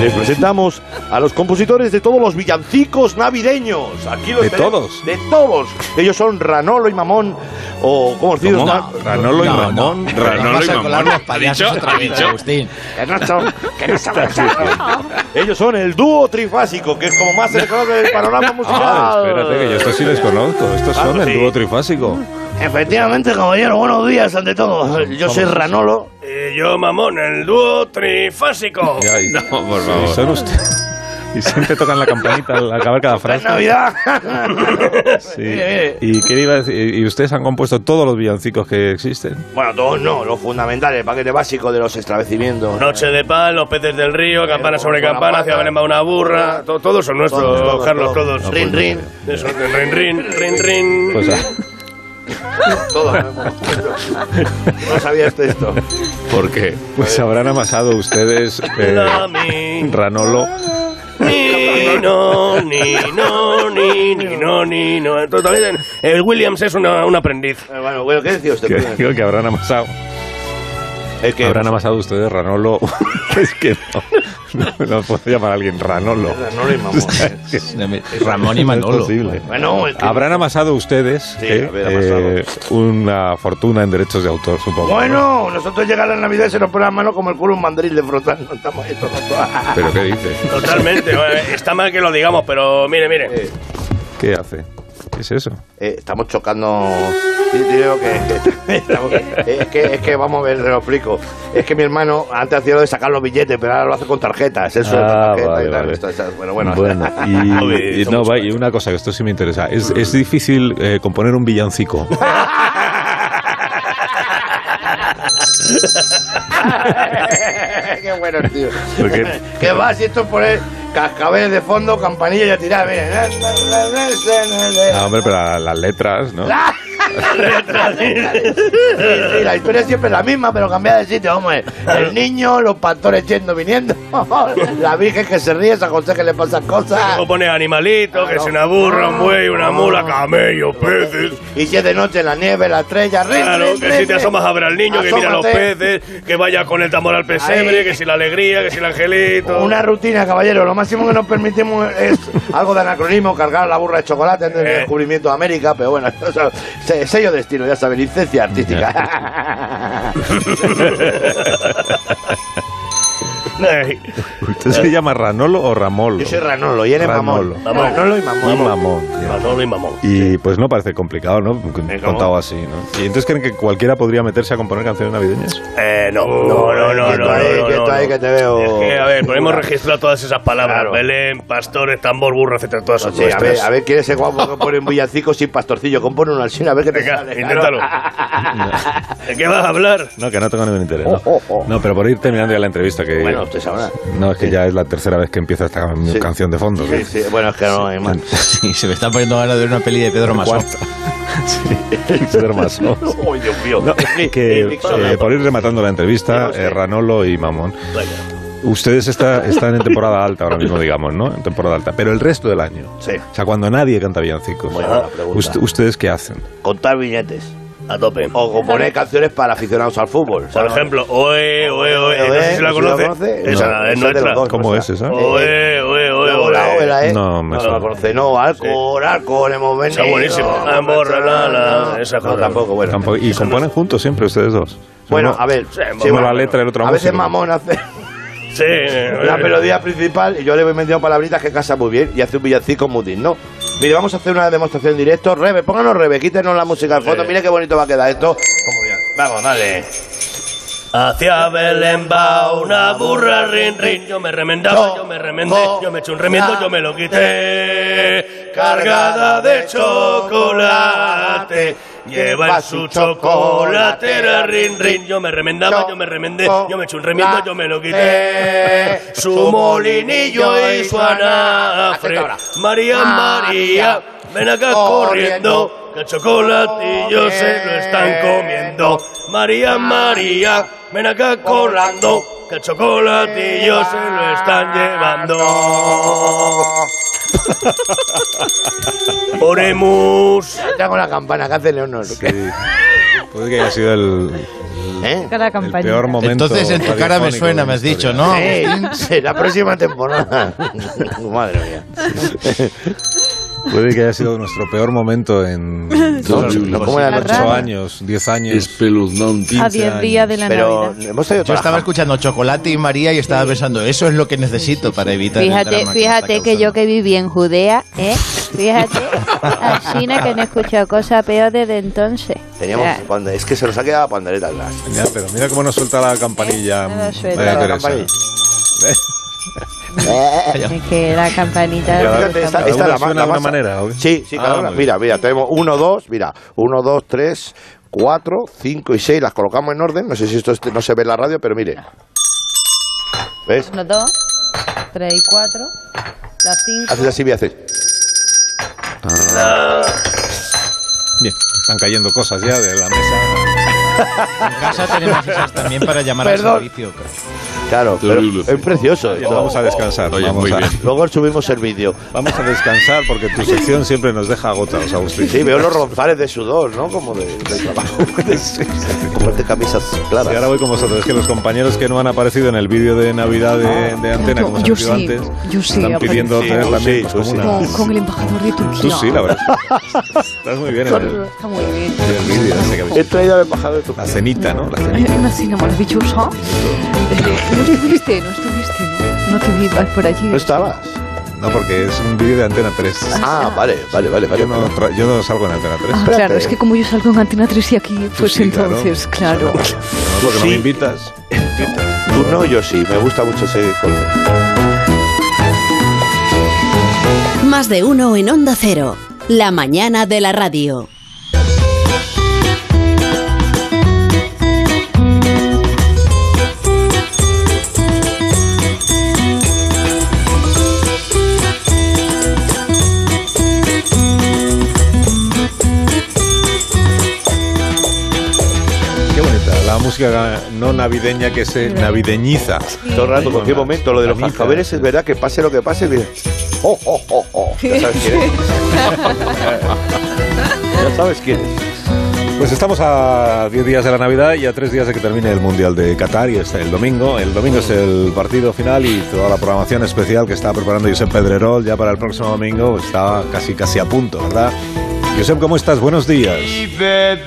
[SPEAKER 3] Les presentamos a los compositores de todos los villancicos navideños. Aquí los
[SPEAKER 1] ¿De
[SPEAKER 3] tenemos.
[SPEAKER 1] todos?
[SPEAKER 3] De todos. Ellos son Ranolo y Mamón, o conocidos...
[SPEAKER 1] ¿Cómo?
[SPEAKER 3] na-
[SPEAKER 1] Ranolo y No, Mamón. no. Ranolo
[SPEAKER 8] Vas a colar los payasos
[SPEAKER 3] ¿Ha
[SPEAKER 8] otra vez,
[SPEAKER 3] dicho?
[SPEAKER 8] Agustín.
[SPEAKER 3] Que no son- que no son- Ellos son el dúo trifásico, que es como más cercano del panorama musical.
[SPEAKER 1] Ah, Espérate, que yo estos sí les conozco. Estos son el dúo trifásico.
[SPEAKER 3] Efectivamente, caballero, buenos días ante todo. Yo soy
[SPEAKER 1] Vamos.
[SPEAKER 3] Ranolo.
[SPEAKER 12] Y yo, mamón, Eh, el dúo trifásico.
[SPEAKER 1] Ya, y-
[SPEAKER 12] No, por
[SPEAKER 1] sí,
[SPEAKER 12] favor.
[SPEAKER 1] son ustedes. Y siempre tocan la campanita al acabar cada frase.
[SPEAKER 9] Navidad!
[SPEAKER 1] Sí. ¿Y qué le iba a decir? ¿Y ustedes han compuesto todos los villancicos que existen?
[SPEAKER 3] Bueno, todos no, los fundamentales, el paquete básico de los establecimientos.
[SPEAKER 9] Noche de pan, los peces del río, campana sobre campana, hacia Belén va una burra. to- todos son nuestros,
[SPEAKER 3] Todos, todos,
[SPEAKER 9] Carlos,
[SPEAKER 3] todos.
[SPEAKER 9] todos.
[SPEAKER 3] Rin, rin.
[SPEAKER 9] Eso, rin, rin, rin, rin.
[SPEAKER 1] Pues ah,
[SPEAKER 3] Todo. No sabía esto. esto.
[SPEAKER 1] ¿Por qué? Pues habrán amasado ustedes eh,
[SPEAKER 9] Dame.
[SPEAKER 1] Ranolo.
[SPEAKER 9] Ni no, ni no, ni ni no, ni no. Entonces, también el Williams es una- un aprendiz.
[SPEAKER 3] Eh, Bueno, bueno, ¿qué decía usted?
[SPEAKER 1] Que, digo que habrán amasado. Habrán amasado ustedes Ranolo. es que no, no, no puedo llamar a alguien Ranolo.
[SPEAKER 3] Ranolo y Mamón.
[SPEAKER 8] Ramón y
[SPEAKER 1] No
[SPEAKER 8] Manolo.
[SPEAKER 1] es posible.
[SPEAKER 3] Bueno, el que-
[SPEAKER 1] Habrán amasado ustedes eh, eh, una fortuna en derechos de autor, supongo.
[SPEAKER 3] Bueno, nosotros llega la Navidad y se nos pone las manos como el culo un mandril de frotar. No estamos ahí todos.
[SPEAKER 1] ¿Pero qué dice?
[SPEAKER 9] Totalmente. bueno, Está mal que lo digamos, pero mire, mire.
[SPEAKER 1] ¿Qué hace? ¿Qué es eso?
[SPEAKER 3] Eh, estamos chocando. Yo creo que, estamos- es que. Es que vamos a ver, te lo explico. Es que mi hermano antes hacía lo de sacar los billetes, pero ahora lo hace con tarjetas. Eso es
[SPEAKER 1] Ah,
[SPEAKER 3] tarjeta
[SPEAKER 1] vale,
[SPEAKER 3] y tal.
[SPEAKER 1] vale.
[SPEAKER 3] Esto- esto- bueno, bueno.
[SPEAKER 1] y, y no, va, y una cosa que esto sí me interesa. Es, es difícil eh, componer un villancico.
[SPEAKER 3] Qué bueno, tío.
[SPEAKER 1] Porque-
[SPEAKER 3] ¿Qué va si esto es poner cascabeles de fondo, campanilla y a tirar? Mira.
[SPEAKER 1] Ah, hombre, pero la- las letras, ¿no?
[SPEAKER 3] Sí, la historia siempre es la misma, pero cambiada de sitio, hombre. El niño, los pastores yendo, viniendo. La virgen que se ríe, San José que le pasan cosas.
[SPEAKER 9] Luego pone animalito, que se una burra, un buey, una mula, camello, peces.
[SPEAKER 3] Y si es de noche, la nieve, la estrella, rin,
[SPEAKER 9] Claro,
[SPEAKER 3] rin,
[SPEAKER 9] que
[SPEAKER 3] rin,
[SPEAKER 9] si te
[SPEAKER 3] rin.
[SPEAKER 9] asomas a ver al niño, que mira los
[SPEAKER 3] Asómate.
[SPEAKER 9] peces, que vaya con el tambor al pesebre,
[SPEAKER 3] Ahí.
[SPEAKER 9] que si la alegría, que si el angelito.
[SPEAKER 3] Una rutina, caballero. Lo máximo que nos permitimos es algo de anacronismo, cargar la burra de chocolate en el
[SPEAKER 9] Eh.
[SPEAKER 3] descubrimiento de América, pero bueno, o sea, se- sello de estilo, ya saben, licencia artística.
[SPEAKER 9] Ay.
[SPEAKER 1] ¿Usted se llama Ranolo o Ramolo?
[SPEAKER 3] Yo soy Ranolo y eres
[SPEAKER 1] Ramolo.
[SPEAKER 3] Mamón. Mamón. Ranolo y Mamón.
[SPEAKER 1] Y Mamón. ya.
[SPEAKER 9] Manolo y mamón.
[SPEAKER 1] Y pues no parece complicado, ¿no? Contado así, ¿no? ¿Y entonces creen que cualquiera podría meterse a componer canciones navideñas?
[SPEAKER 9] Eh, no, no, no, no,
[SPEAKER 3] quieto
[SPEAKER 9] no,
[SPEAKER 3] ahí,
[SPEAKER 9] no, no,
[SPEAKER 3] quieto
[SPEAKER 9] no.
[SPEAKER 3] ahí, que te veo.
[SPEAKER 9] Es que, a ver, podemos registrar todas esas palabras.
[SPEAKER 3] Claro.
[SPEAKER 9] Belén, pastores, tambor, burro, etcétera, todas esas
[SPEAKER 3] Sí, a ver,
[SPEAKER 9] nuestras.
[SPEAKER 3] a ver quién es ese guapo que pone un villancico sin pastorcillo. Compone un alcina, a ver qué te sale.
[SPEAKER 9] inténtalo. ¿De qué vas a hablar?
[SPEAKER 1] No, que no tengo ningún interés. No, No, pero por ir terminando ya la entrevista que...
[SPEAKER 3] Oh, Bueno, usted sabrá.
[SPEAKER 1] No, es que ya es la tercera vez que empieza esta canción de fondo.
[SPEAKER 3] Sí, sí, bueno, es que no hay más.
[SPEAKER 8] Sí, se me está poniendo ganas de ver una peli de Pedro Masó.
[SPEAKER 1] Pedro Masó.
[SPEAKER 3] Oh, Dios mío.
[SPEAKER 1] No, que, eh, por ir rematando la entrevista, eh, Ranolo y Mamón. Ustedes está- están en temporada alta ahora mismo, digamos, ¿no? En temporada alta. Pero el resto del año.
[SPEAKER 3] Sí.
[SPEAKER 1] O sea, cuando nadie canta villancicos.
[SPEAKER 3] Muy buena pregunta.
[SPEAKER 1] Ust- ¿Ustedes qué hacen?
[SPEAKER 3] Contar billetes.
[SPEAKER 9] A tope.
[SPEAKER 3] O componer canciones para aficionados al fútbol.
[SPEAKER 9] Por ejemplo, oe, oe, oe. No sé si la
[SPEAKER 3] ¿no si la
[SPEAKER 9] conoce. Esa
[SPEAKER 3] conoce? No,
[SPEAKER 9] es
[SPEAKER 3] esa es de
[SPEAKER 9] nuestra.
[SPEAKER 3] los dos,
[SPEAKER 1] ¿Cómo es esa?
[SPEAKER 9] Oe, oe, oe,
[SPEAKER 3] Luego la
[SPEAKER 9] oe.
[SPEAKER 3] ópera, ¿eh?
[SPEAKER 1] No, me
[SPEAKER 3] no
[SPEAKER 1] suena.
[SPEAKER 3] la conoce. No, Alcor, Alcor, hemos venido.
[SPEAKER 9] Está buenísimo. Amor, la, la, la. Esa es
[SPEAKER 3] No,
[SPEAKER 9] otra.
[SPEAKER 3] tampoco, bueno.
[SPEAKER 1] Tampoco- y componen juntos siempre ustedes dos.
[SPEAKER 3] Bueno,
[SPEAKER 1] Uno-
[SPEAKER 3] a ver.
[SPEAKER 1] uno la letra y el otro la
[SPEAKER 3] A veces
[SPEAKER 1] música.
[SPEAKER 3] Mamón hace
[SPEAKER 9] Sí.
[SPEAKER 3] la melodía principal y yo le voy metiendo palabritas que casa muy bien y hace un villancico muy digno. Mire, vamos a hacer una demostración en directo. Rebe, pónganos Rebe, quítenos la música al fondo. Mire qué bonito va a quedar esto. Vamos, dale.
[SPEAKER 9] Hacia Belén va una burra, rin, rin. Yo me remendaba, yo me remendé, yo me eché un remiendo, yo me lo quité. Cargada de chocolate, lleva en su chocolatera, rin, rin. Yo me remendaba, yo me remendé, yo me eché un remiendo, yo me lo quité. Su molinillo y su anafre. María, María, ven acá corriendo, que el chocolatillo se lo están comiendo. María, María, ven acá corriendo, que el chocolatillo se lo están llevando. Oremos.
[SPEAKER 3] Ya con la campana que hace Leonor.
[SPEAKER 1] Puede que haya sido el,
[SPEAKER 3] ¿Eh?
[SPEAKER 1] el peor momento.
[SPEAKER 8] Entonces en tu cara me
[SPEAKER 1] radiofónico
[SPEAKER 8] suena,
[SPEAKER 1] de
[SPEAKER 8] me
[SPEAKER 1] la
[SPEAKER 8] has dicho,
[SPEAKER 1] historia.
[SPEAKER 8] ¿no?
[SPEAKER 3] Sí,
[SPEAKER 8] Agustín?
[SPEAKER 3] sí, la próxima temporada. Madre mía.
[SPEAKER 1] Puede que haya sido nuestro peor momento en
[SPEAKER 3] No, ¿cómo era la
[SPEAKER 1] 8
[SPEAKER 3] rana?
[SPEAKER 1] años, 10 años. Espeluznante.
[SPEAKER 2] A 10 días de la Navidad.
[SPEAKER 8] Yo estaba escuchando Chocolate y María y estaba pensando, eso es lo que necesito para evitar el
[SPEAKER 2] Fíjate,
[SPEAKER 8] drama que me está
[SPEAKER 2] fíjate que yo que viví en Judea, ¿eh? Fíjate, a China que no he escuchado cosa peor desde entonces.
[SPEAKER 3] Teníamos
[SPEAKER 2] O sea,
[SPEAKER 3] pande- es que se nos ha quedado pandereta al gas.
[SPEAKER 1] pero mira cómo nos suelta la campanilla. mm,
[SPEAKER 2] no lo suelta.
[SPEAKER 1] María
[SPEAKER 3] La
[SPEAKER 1] Teresa.
[SPEAKER 3] campanilla.
[SPEAKER 1] Eh,
[SPEAKER 17] Es que la campanita de
[SPEAKER 3] Fíjate, esta, esta
[SPEAKER 1] Cada
[SPEAKER 3] es la,
[SPEAKER 1] una suena
[SPEAKER 3] ma- la
[SPEAKER 1] de una
[SPEAKER 3] masa.
[SPEAKER 1] manera, ¿o qué?
[SPEAKER 3] Sí, sí, cada
[SPEAKER 1] Ah,
[SPEAKER 3] una.
[SPEAKER 1] muy
[SPEAKER 3] Mira, mira, tenemos 1, 2, mira, 1, 2, 3, 4, 5 y 6. Las colocamos en orden. No sé si esto es- no se ve en la radio, pero mire. ¿Ves?
[SPEAKER 17] Uno, dos, tres y cuatro, las cinco.
[SPEAKER 3] Haces así, voy a hacer.
[SPEAKER 1] Bien, están cayendo cosas ya de la mesa.
[SPEAKER 8] En casa tenemos esas también para llamar
[SPEAKER 3] Perdón.
[SPEAKER 8] al servicio.
[SPEAKER 3] Claro, pero es precioso. esto.
[SPEAKER 1] Vamos a descansar.
[SPEAKER 3] Oye,
[SPEAKER 1] vamos
[SPEAKER 3] muy
[SPEAKER 1] a-
[SPEAKER 3] bien. Luego subimos el vídeo.
[SPEAKER 1] Vamos a descansar porque tu sección siempre nos deja agotados, Agustín.
[SPEAKER 3] Sí, veo los ronzales de sudor, ¿no? Como de, de trabajo. Comprarte camisas claras.
[SPEAKER 1] Y ahora voy con vosotros. Es que los compañeros que no han aparecido en el vídeo de Navidad de, de Antena,
[SPEAKER 4] Ah, Yo-
[SPEAKER 1] como se
[SPEAKER 4] yo
[SPEAKER 1] ha dicho
[SPEAKER 4] sí,
[SPEAKER 1] antes,
[SPEAKER 4] yo sí,
[SPEAKER 1] están
[SPEAKER 4] aparecí.
[SPEAKER 1] pidiendo
[SPEAKER 4] Sí,
[SPEAKER 1] tener
[SPEAKER 4] tú
[SPEAKER 1] también
[SPEAKER 4] sí,
[SPEAKER 1] pues,
[SPEAKER 4] tú
[SPEAKER 1] como
[SPEAKER 4] sí.
[SPEAKER 1] una-
[SPEAKER 4] Con, con el embajador de Turquía.
[SPEAKER 1] Tú sí, la verdad. Estás muy bien en el,
[SPEAKER 4] Está muy bien.
[SPEAKER 1] en el vídeo. ese que habéis
[SPEAKER 3] He traído al embajador de tu
[SPEAKER 1] La cenita, ¿no? La cenita.
[SPEAKER 4] Eh, Una cena maravillosa. Eh, No estuviste, no estuviste, ¿no? No te vi vas por allí.
[SPEAKER 3] ¿No estabas?
[SPEAKER 1] No, porque es un vídeo de Antena 3.
[SPEAKER 3] Ah, vale, vale, vale.
[SPEAKER 1] Yo no, tra- yo no salgo en Antena 3.
[SPEAKER 4] Ah, claro, es que como yo salgo en Antena 3 y aquí, pues
[SPEAKER 1] sí, claro.
[SPEAKER 4] entonces, claro.
[SPEAKER 1] No, porque no
[SPEAKER 3] Sí.
[SPEAKER 1] me invitas.
[SPEAKER 3] Tú no, yo sí. Me gusta mucho ese color.
[SPEAKER 16] Más de uno en Onda Cero. La mañana de la radio.
[SPEAKER 1] Qué bonita. La música no navideña que se navideñiza.
[SPEAKER 3] Todo el rato, en cualquier momento, lo de los
[SPEAKER 1] Navideñiza.
[SPEAKER 3] cascabeles es verdad que pase lo que pase, dices, oh, oh, oh, oh. Ya sabes quién es. ya sabes quién es.
[SPEAKER 1] Pues estamos a 10 días de la Navidad y a 3 días de que termine el Mundial de Qatar y está el domingo. El domingo es el partido final y toda la programación especial que está preparando Josep Pedrerol ya para el próximo domingo pues está casi casi a punto, ¿verdad? Josep, ¿cómo estás? Buenos días.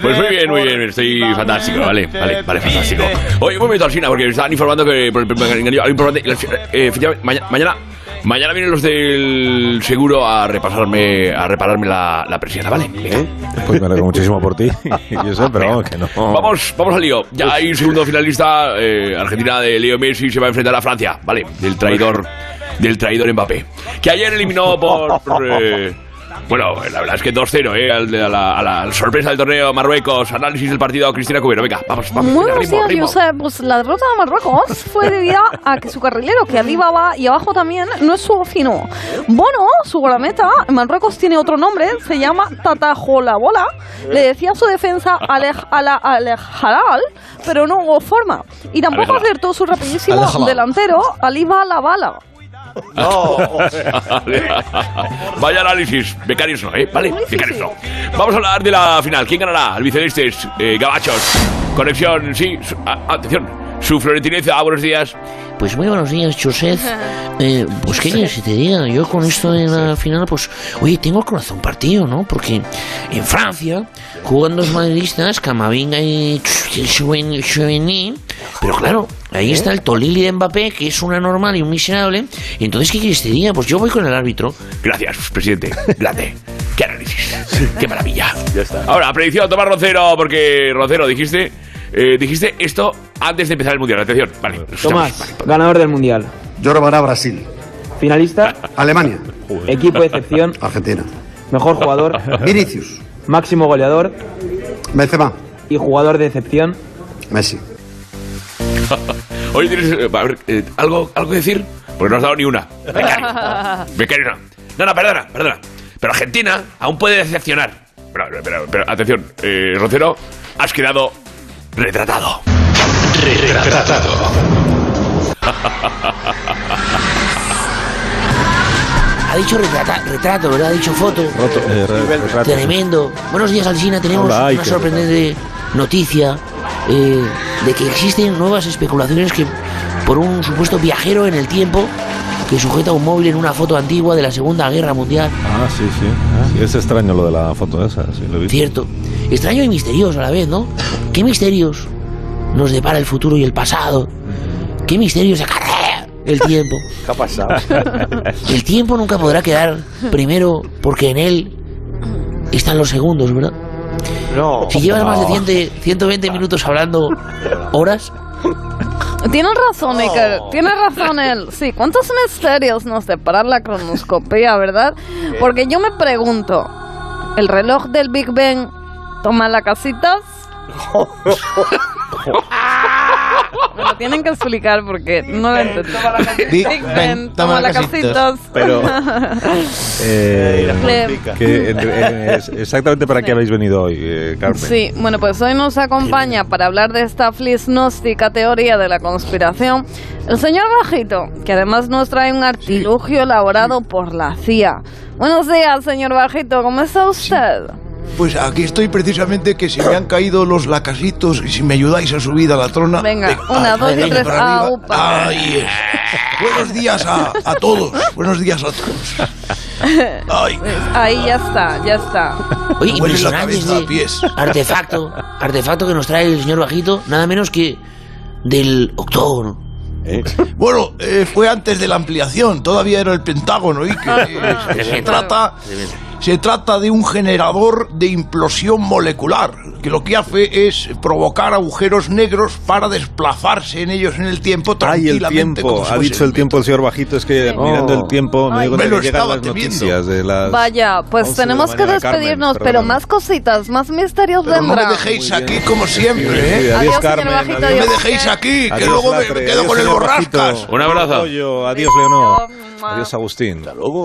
[SPEAKER 5] Pues muy bien, muy bien, estoy fantástico, vale, vale, vale, fantástico. Oye, un momento al final, porque me están informando que por el primer engaño, algo importante, y al fin- eh, efectivamente, maña- mañana, mañana vienen los del seguro a repasarme, a repararme la, la persiana, ¿vale? Venga.
[SPEAKER 1] Pues me alegro muchísimo por ti, Josep, pero vamos que no.
[SPEAKER 5] Vamos, vamos al lío. Ya hay segundo finalista. eh, Argentina de Leo Messi se va a enfrentar a Francia. Vale, del traidor, del traidor Mbappé. Que ayer eliminó por. eh, bueno, la verdad es que 2-0, eh, al- a, la, a la sorpresa del torneo Marruecos. Análisis del partido Cristina Cubero. Venga, vamos, vamos.
[SPEAKER 2] Muy
[SPEAKER 5] venga,
[SPEAKER 2] buenos
[SPEAKER 5] ritmo,
[SPEAKER 2] días,
[SPEAKER 5] ritmo.
[SPEAKER 2] Josep. Pues la derrota de Marruecos fue debida a que su carrilero, que arriba va y abajo también, no es su fino. Bono, su guardameta, en Marruecos tiene otro nombre, se llama Tatajola Bola. Le decía su defensa Alej, Ala- Alejalal, pero no hubo forma. Y tampoco
[SPEAKER 5] Alejalal.
[SPEAKER 2] acertó su rapidísimo
[SPEAKER 5] Alejalal.
[SPEAKER 2] delantero, Aliba La Bala.
[SPEAKER 5] Vaya análisis. Becarios no, ¿eh? Vale, becarios no. Vamos a hablar de la final. ¿Quién ganará? Albicelestes, eh, Gabachos. Conexión, sí. su- a- atención. Su florentineza, ah, buenos días.
[SPEAKER 18] Pues muy buenos días, Joseph. Eh, pues qué quieres que te diga, yo con esto de la final, pues, oye, tengo el corazón partido, ¿no? Porque en Francia juegan dos madridistas, Camavinga y Chouini, pero claro, ahí está el Tolili de Mbappé, que es una normal y un miserable, y entonces, ¿qué quieres que te diga? Pues yo voy con el árbitro.
[SPEAKER 5] Gracias, presidente. Grande. Qué análisis. Qué maravilla. Ya está. Ahora, predicción, toma Rocero, porque Rocero, dijiste, eh, dijiste esto antes de empezar el mundial. Atención, vale. nos escuchamos.
[SPEAKER 19] Tomás, ganador del Mundial. Jorbará Brasil. Finalista. Alemania. Equipo de excepción. Pues, Argentina. Mejor jugador. Vinicius. Máximo goleador. Benzema. Y jugador de excepción. Messi.
[SPEAKER 5] Oye, ¿tienes eh, a ver, eh, ¿algo, algo que decir? Porque no has dado ni una. Becario no. No, no, perdona, perdona. Pero Argentina aún puede decepcionar. Pero, pero- pero, atención, eh, Rocero, has quedado retratado. Retratado.
[SPEAKER 18] Ha dicho retrata- retrato, ¿verdad? Ha dicho foto.
[SPEAKER 1] eh, re- retrato, sí.
[SPEAKER 18] Tremendo. Buenos días, Alcina. Tenemos
[SPEAKER 1] Hola,
[SPEAKER 18] una
[SPEAKER 1] Iker.
[SPEAKER 18] sorprendente noticia eh, de que existen nuevas especulaciones que por un supuesto viajero en el tiempo que sujeta un móvil en una foto antigua de la Segunda Guerra Mundial.
[SPEAKER 1] Ah, sí, sí. Sí, Es extraño lo de la foto esa, sí, lo he visto.
[SPEAKER 18] Cierto. Extraño y misterioso a la vez, ¿no? ¿Qué misterios nos depara el futuro y el pasado? ¿Qué misterios acarrea el tiempo?
[SPEAKER 3] ¿Qué ha pasado?
[SPEAKER 18] El tiempo nunca podrá quedar primero porque en él están los segundos, ¿verdad?
[SPEAKER 3] No.
[SPEAKER 18] Si llevas más de
[SPEAKER 3] No.
[SPEAKER 18] 100 de 120 minutos hablando horas,
[SPEAKER 2] Tienes razón, Iker. Tienes razón él. Sí, ¿cuántos misterios nos separa la cronoscopía, verdad? Porque yo me pregunto, ¿el reloj del Big Ben toma las casitas? Me lo tienen que explicar porque no lo entendí.
[SPEAKER 8] Big
[SPEAKER 2] Big
[SPEAKER 8] Ben,
[SPEAKER 2] Ben,
[SPEAKER 8] toma
[SPEAKER 2] toma
[SPEAKER 8] las
[SPEAKER 2] las
[SPEAKER 8] casitas.
[SPEAKER 2] casitas.
[SPEAKER 1] Pero- Eh,
[SPEAKER 2] Clem.
[SPEAKER 1] que, eh, eh, es- exactamente para qué habéis venido hoy, eh, Carmen.
[SPEAKER 2] Sí, bueno, pues hoy nos acompaña para hablar de esta flisnóstica teoría de la conspiración el señor Bajito, que además nos trae un artilugio elaborado por la CIA. Buenos días, señor Bajito, ¿cómo está usted?
[SPEAKER 20] Pues aquí estoy precisamente que se me han caído los lacasitos y si me ayudáis a subir a la trona.
[SPEAKER 2] Venga, una, dos y
[SPEAKER 20] venga,
[SPEAKER 2] tres.
[SPEAKER 20] para
[SPEAKER 2] Ah,
[SPEAKER 20] arriba.
[SPEAKER 2] upa.
[SPEAKER 20] Ahí es. Buenos días a, a todos. Buenos días a todos.
[SPEAKER 2] Pues ahí ya está, ya está.
[SPEAKER 18] Oye,
[SPEAKER 20] Me huele la
[SPEAKER 18] impresionante
[SPEAKER 20] cabeza
[SPEAKER 18] ese
[SPEAKER 20] a pies.
[SPEAKER 18] Artefacto, artefacto que nos trae el señor Bajito, nada menos que del octógono.
[SPEAKER 20] Bueno, eh, fue antes de la ampliación, todavía era el Pentágono, y que eh, se trata Se trata de un generador de implosión molecular, que lo que hace es provocar agujeros negros para desplazarse en ellos en el tiempo
[SPEAKER 1] Ay, el
[SPEAKER 20] tranquilamente.
[SPEAKER 1] tiempo,
[SPEAKER 20] como si
[SPEAKER 1] ha
[SPEAKER 20] fuese.
[SPEAKER 1] dicho el tiempo el señor Bajito, es que mirando el tiempo me
[SPEAKER 20] Ay.
[SPEAKER 1] digo
[SPEAKER 20] Me lo
[SPEAKER 1] que llegan
[SPEAKER 20] estaba
[SPEAKER 1] las
[SPEAKER 20] temiendo.
[SPEAKER 1] noticias de las...
[SPEAKER 2] Vaya, pues
[SPEAKER 1] 11 de
[SPEAKER 2] tenemos que
[SPEAKER 1] mañana, Carmen,
[SPEAKER 2] despedirnos, pero
[SPEAKER 1] perdóname.
[SPEAKER 2] más cositas, más misterios
[SPEAKER 20] No me
[SPEAKER 2] vendrán.
[SPEAKER 20] dejéis aquí como siempre,
[SPEAKER 1] Sí,
[SPEAKER 20] ¿eh?
[SPEAKER 1] adiós, Adiós, señor Carmen, Bajito,
[SPEAKER 20] No
[SPEAKER 1] adiós.
[SPEAKER 20] me dejéis aquí, que
[SPEAKER 1] Adiós,
[SPEAKER 20] luego me
[SPEAKER 1] Latre,
[SPEAKER 20] quedo
[SPEAKER 1] adiós,
[SPEAKER 20] con el
[SPEAKER 1] señor
[SPEAKER 20] borrascas.
[SPEAKER 1] Bajito. Un abrazo. Adiós, Leonor. Adiós, Agustín.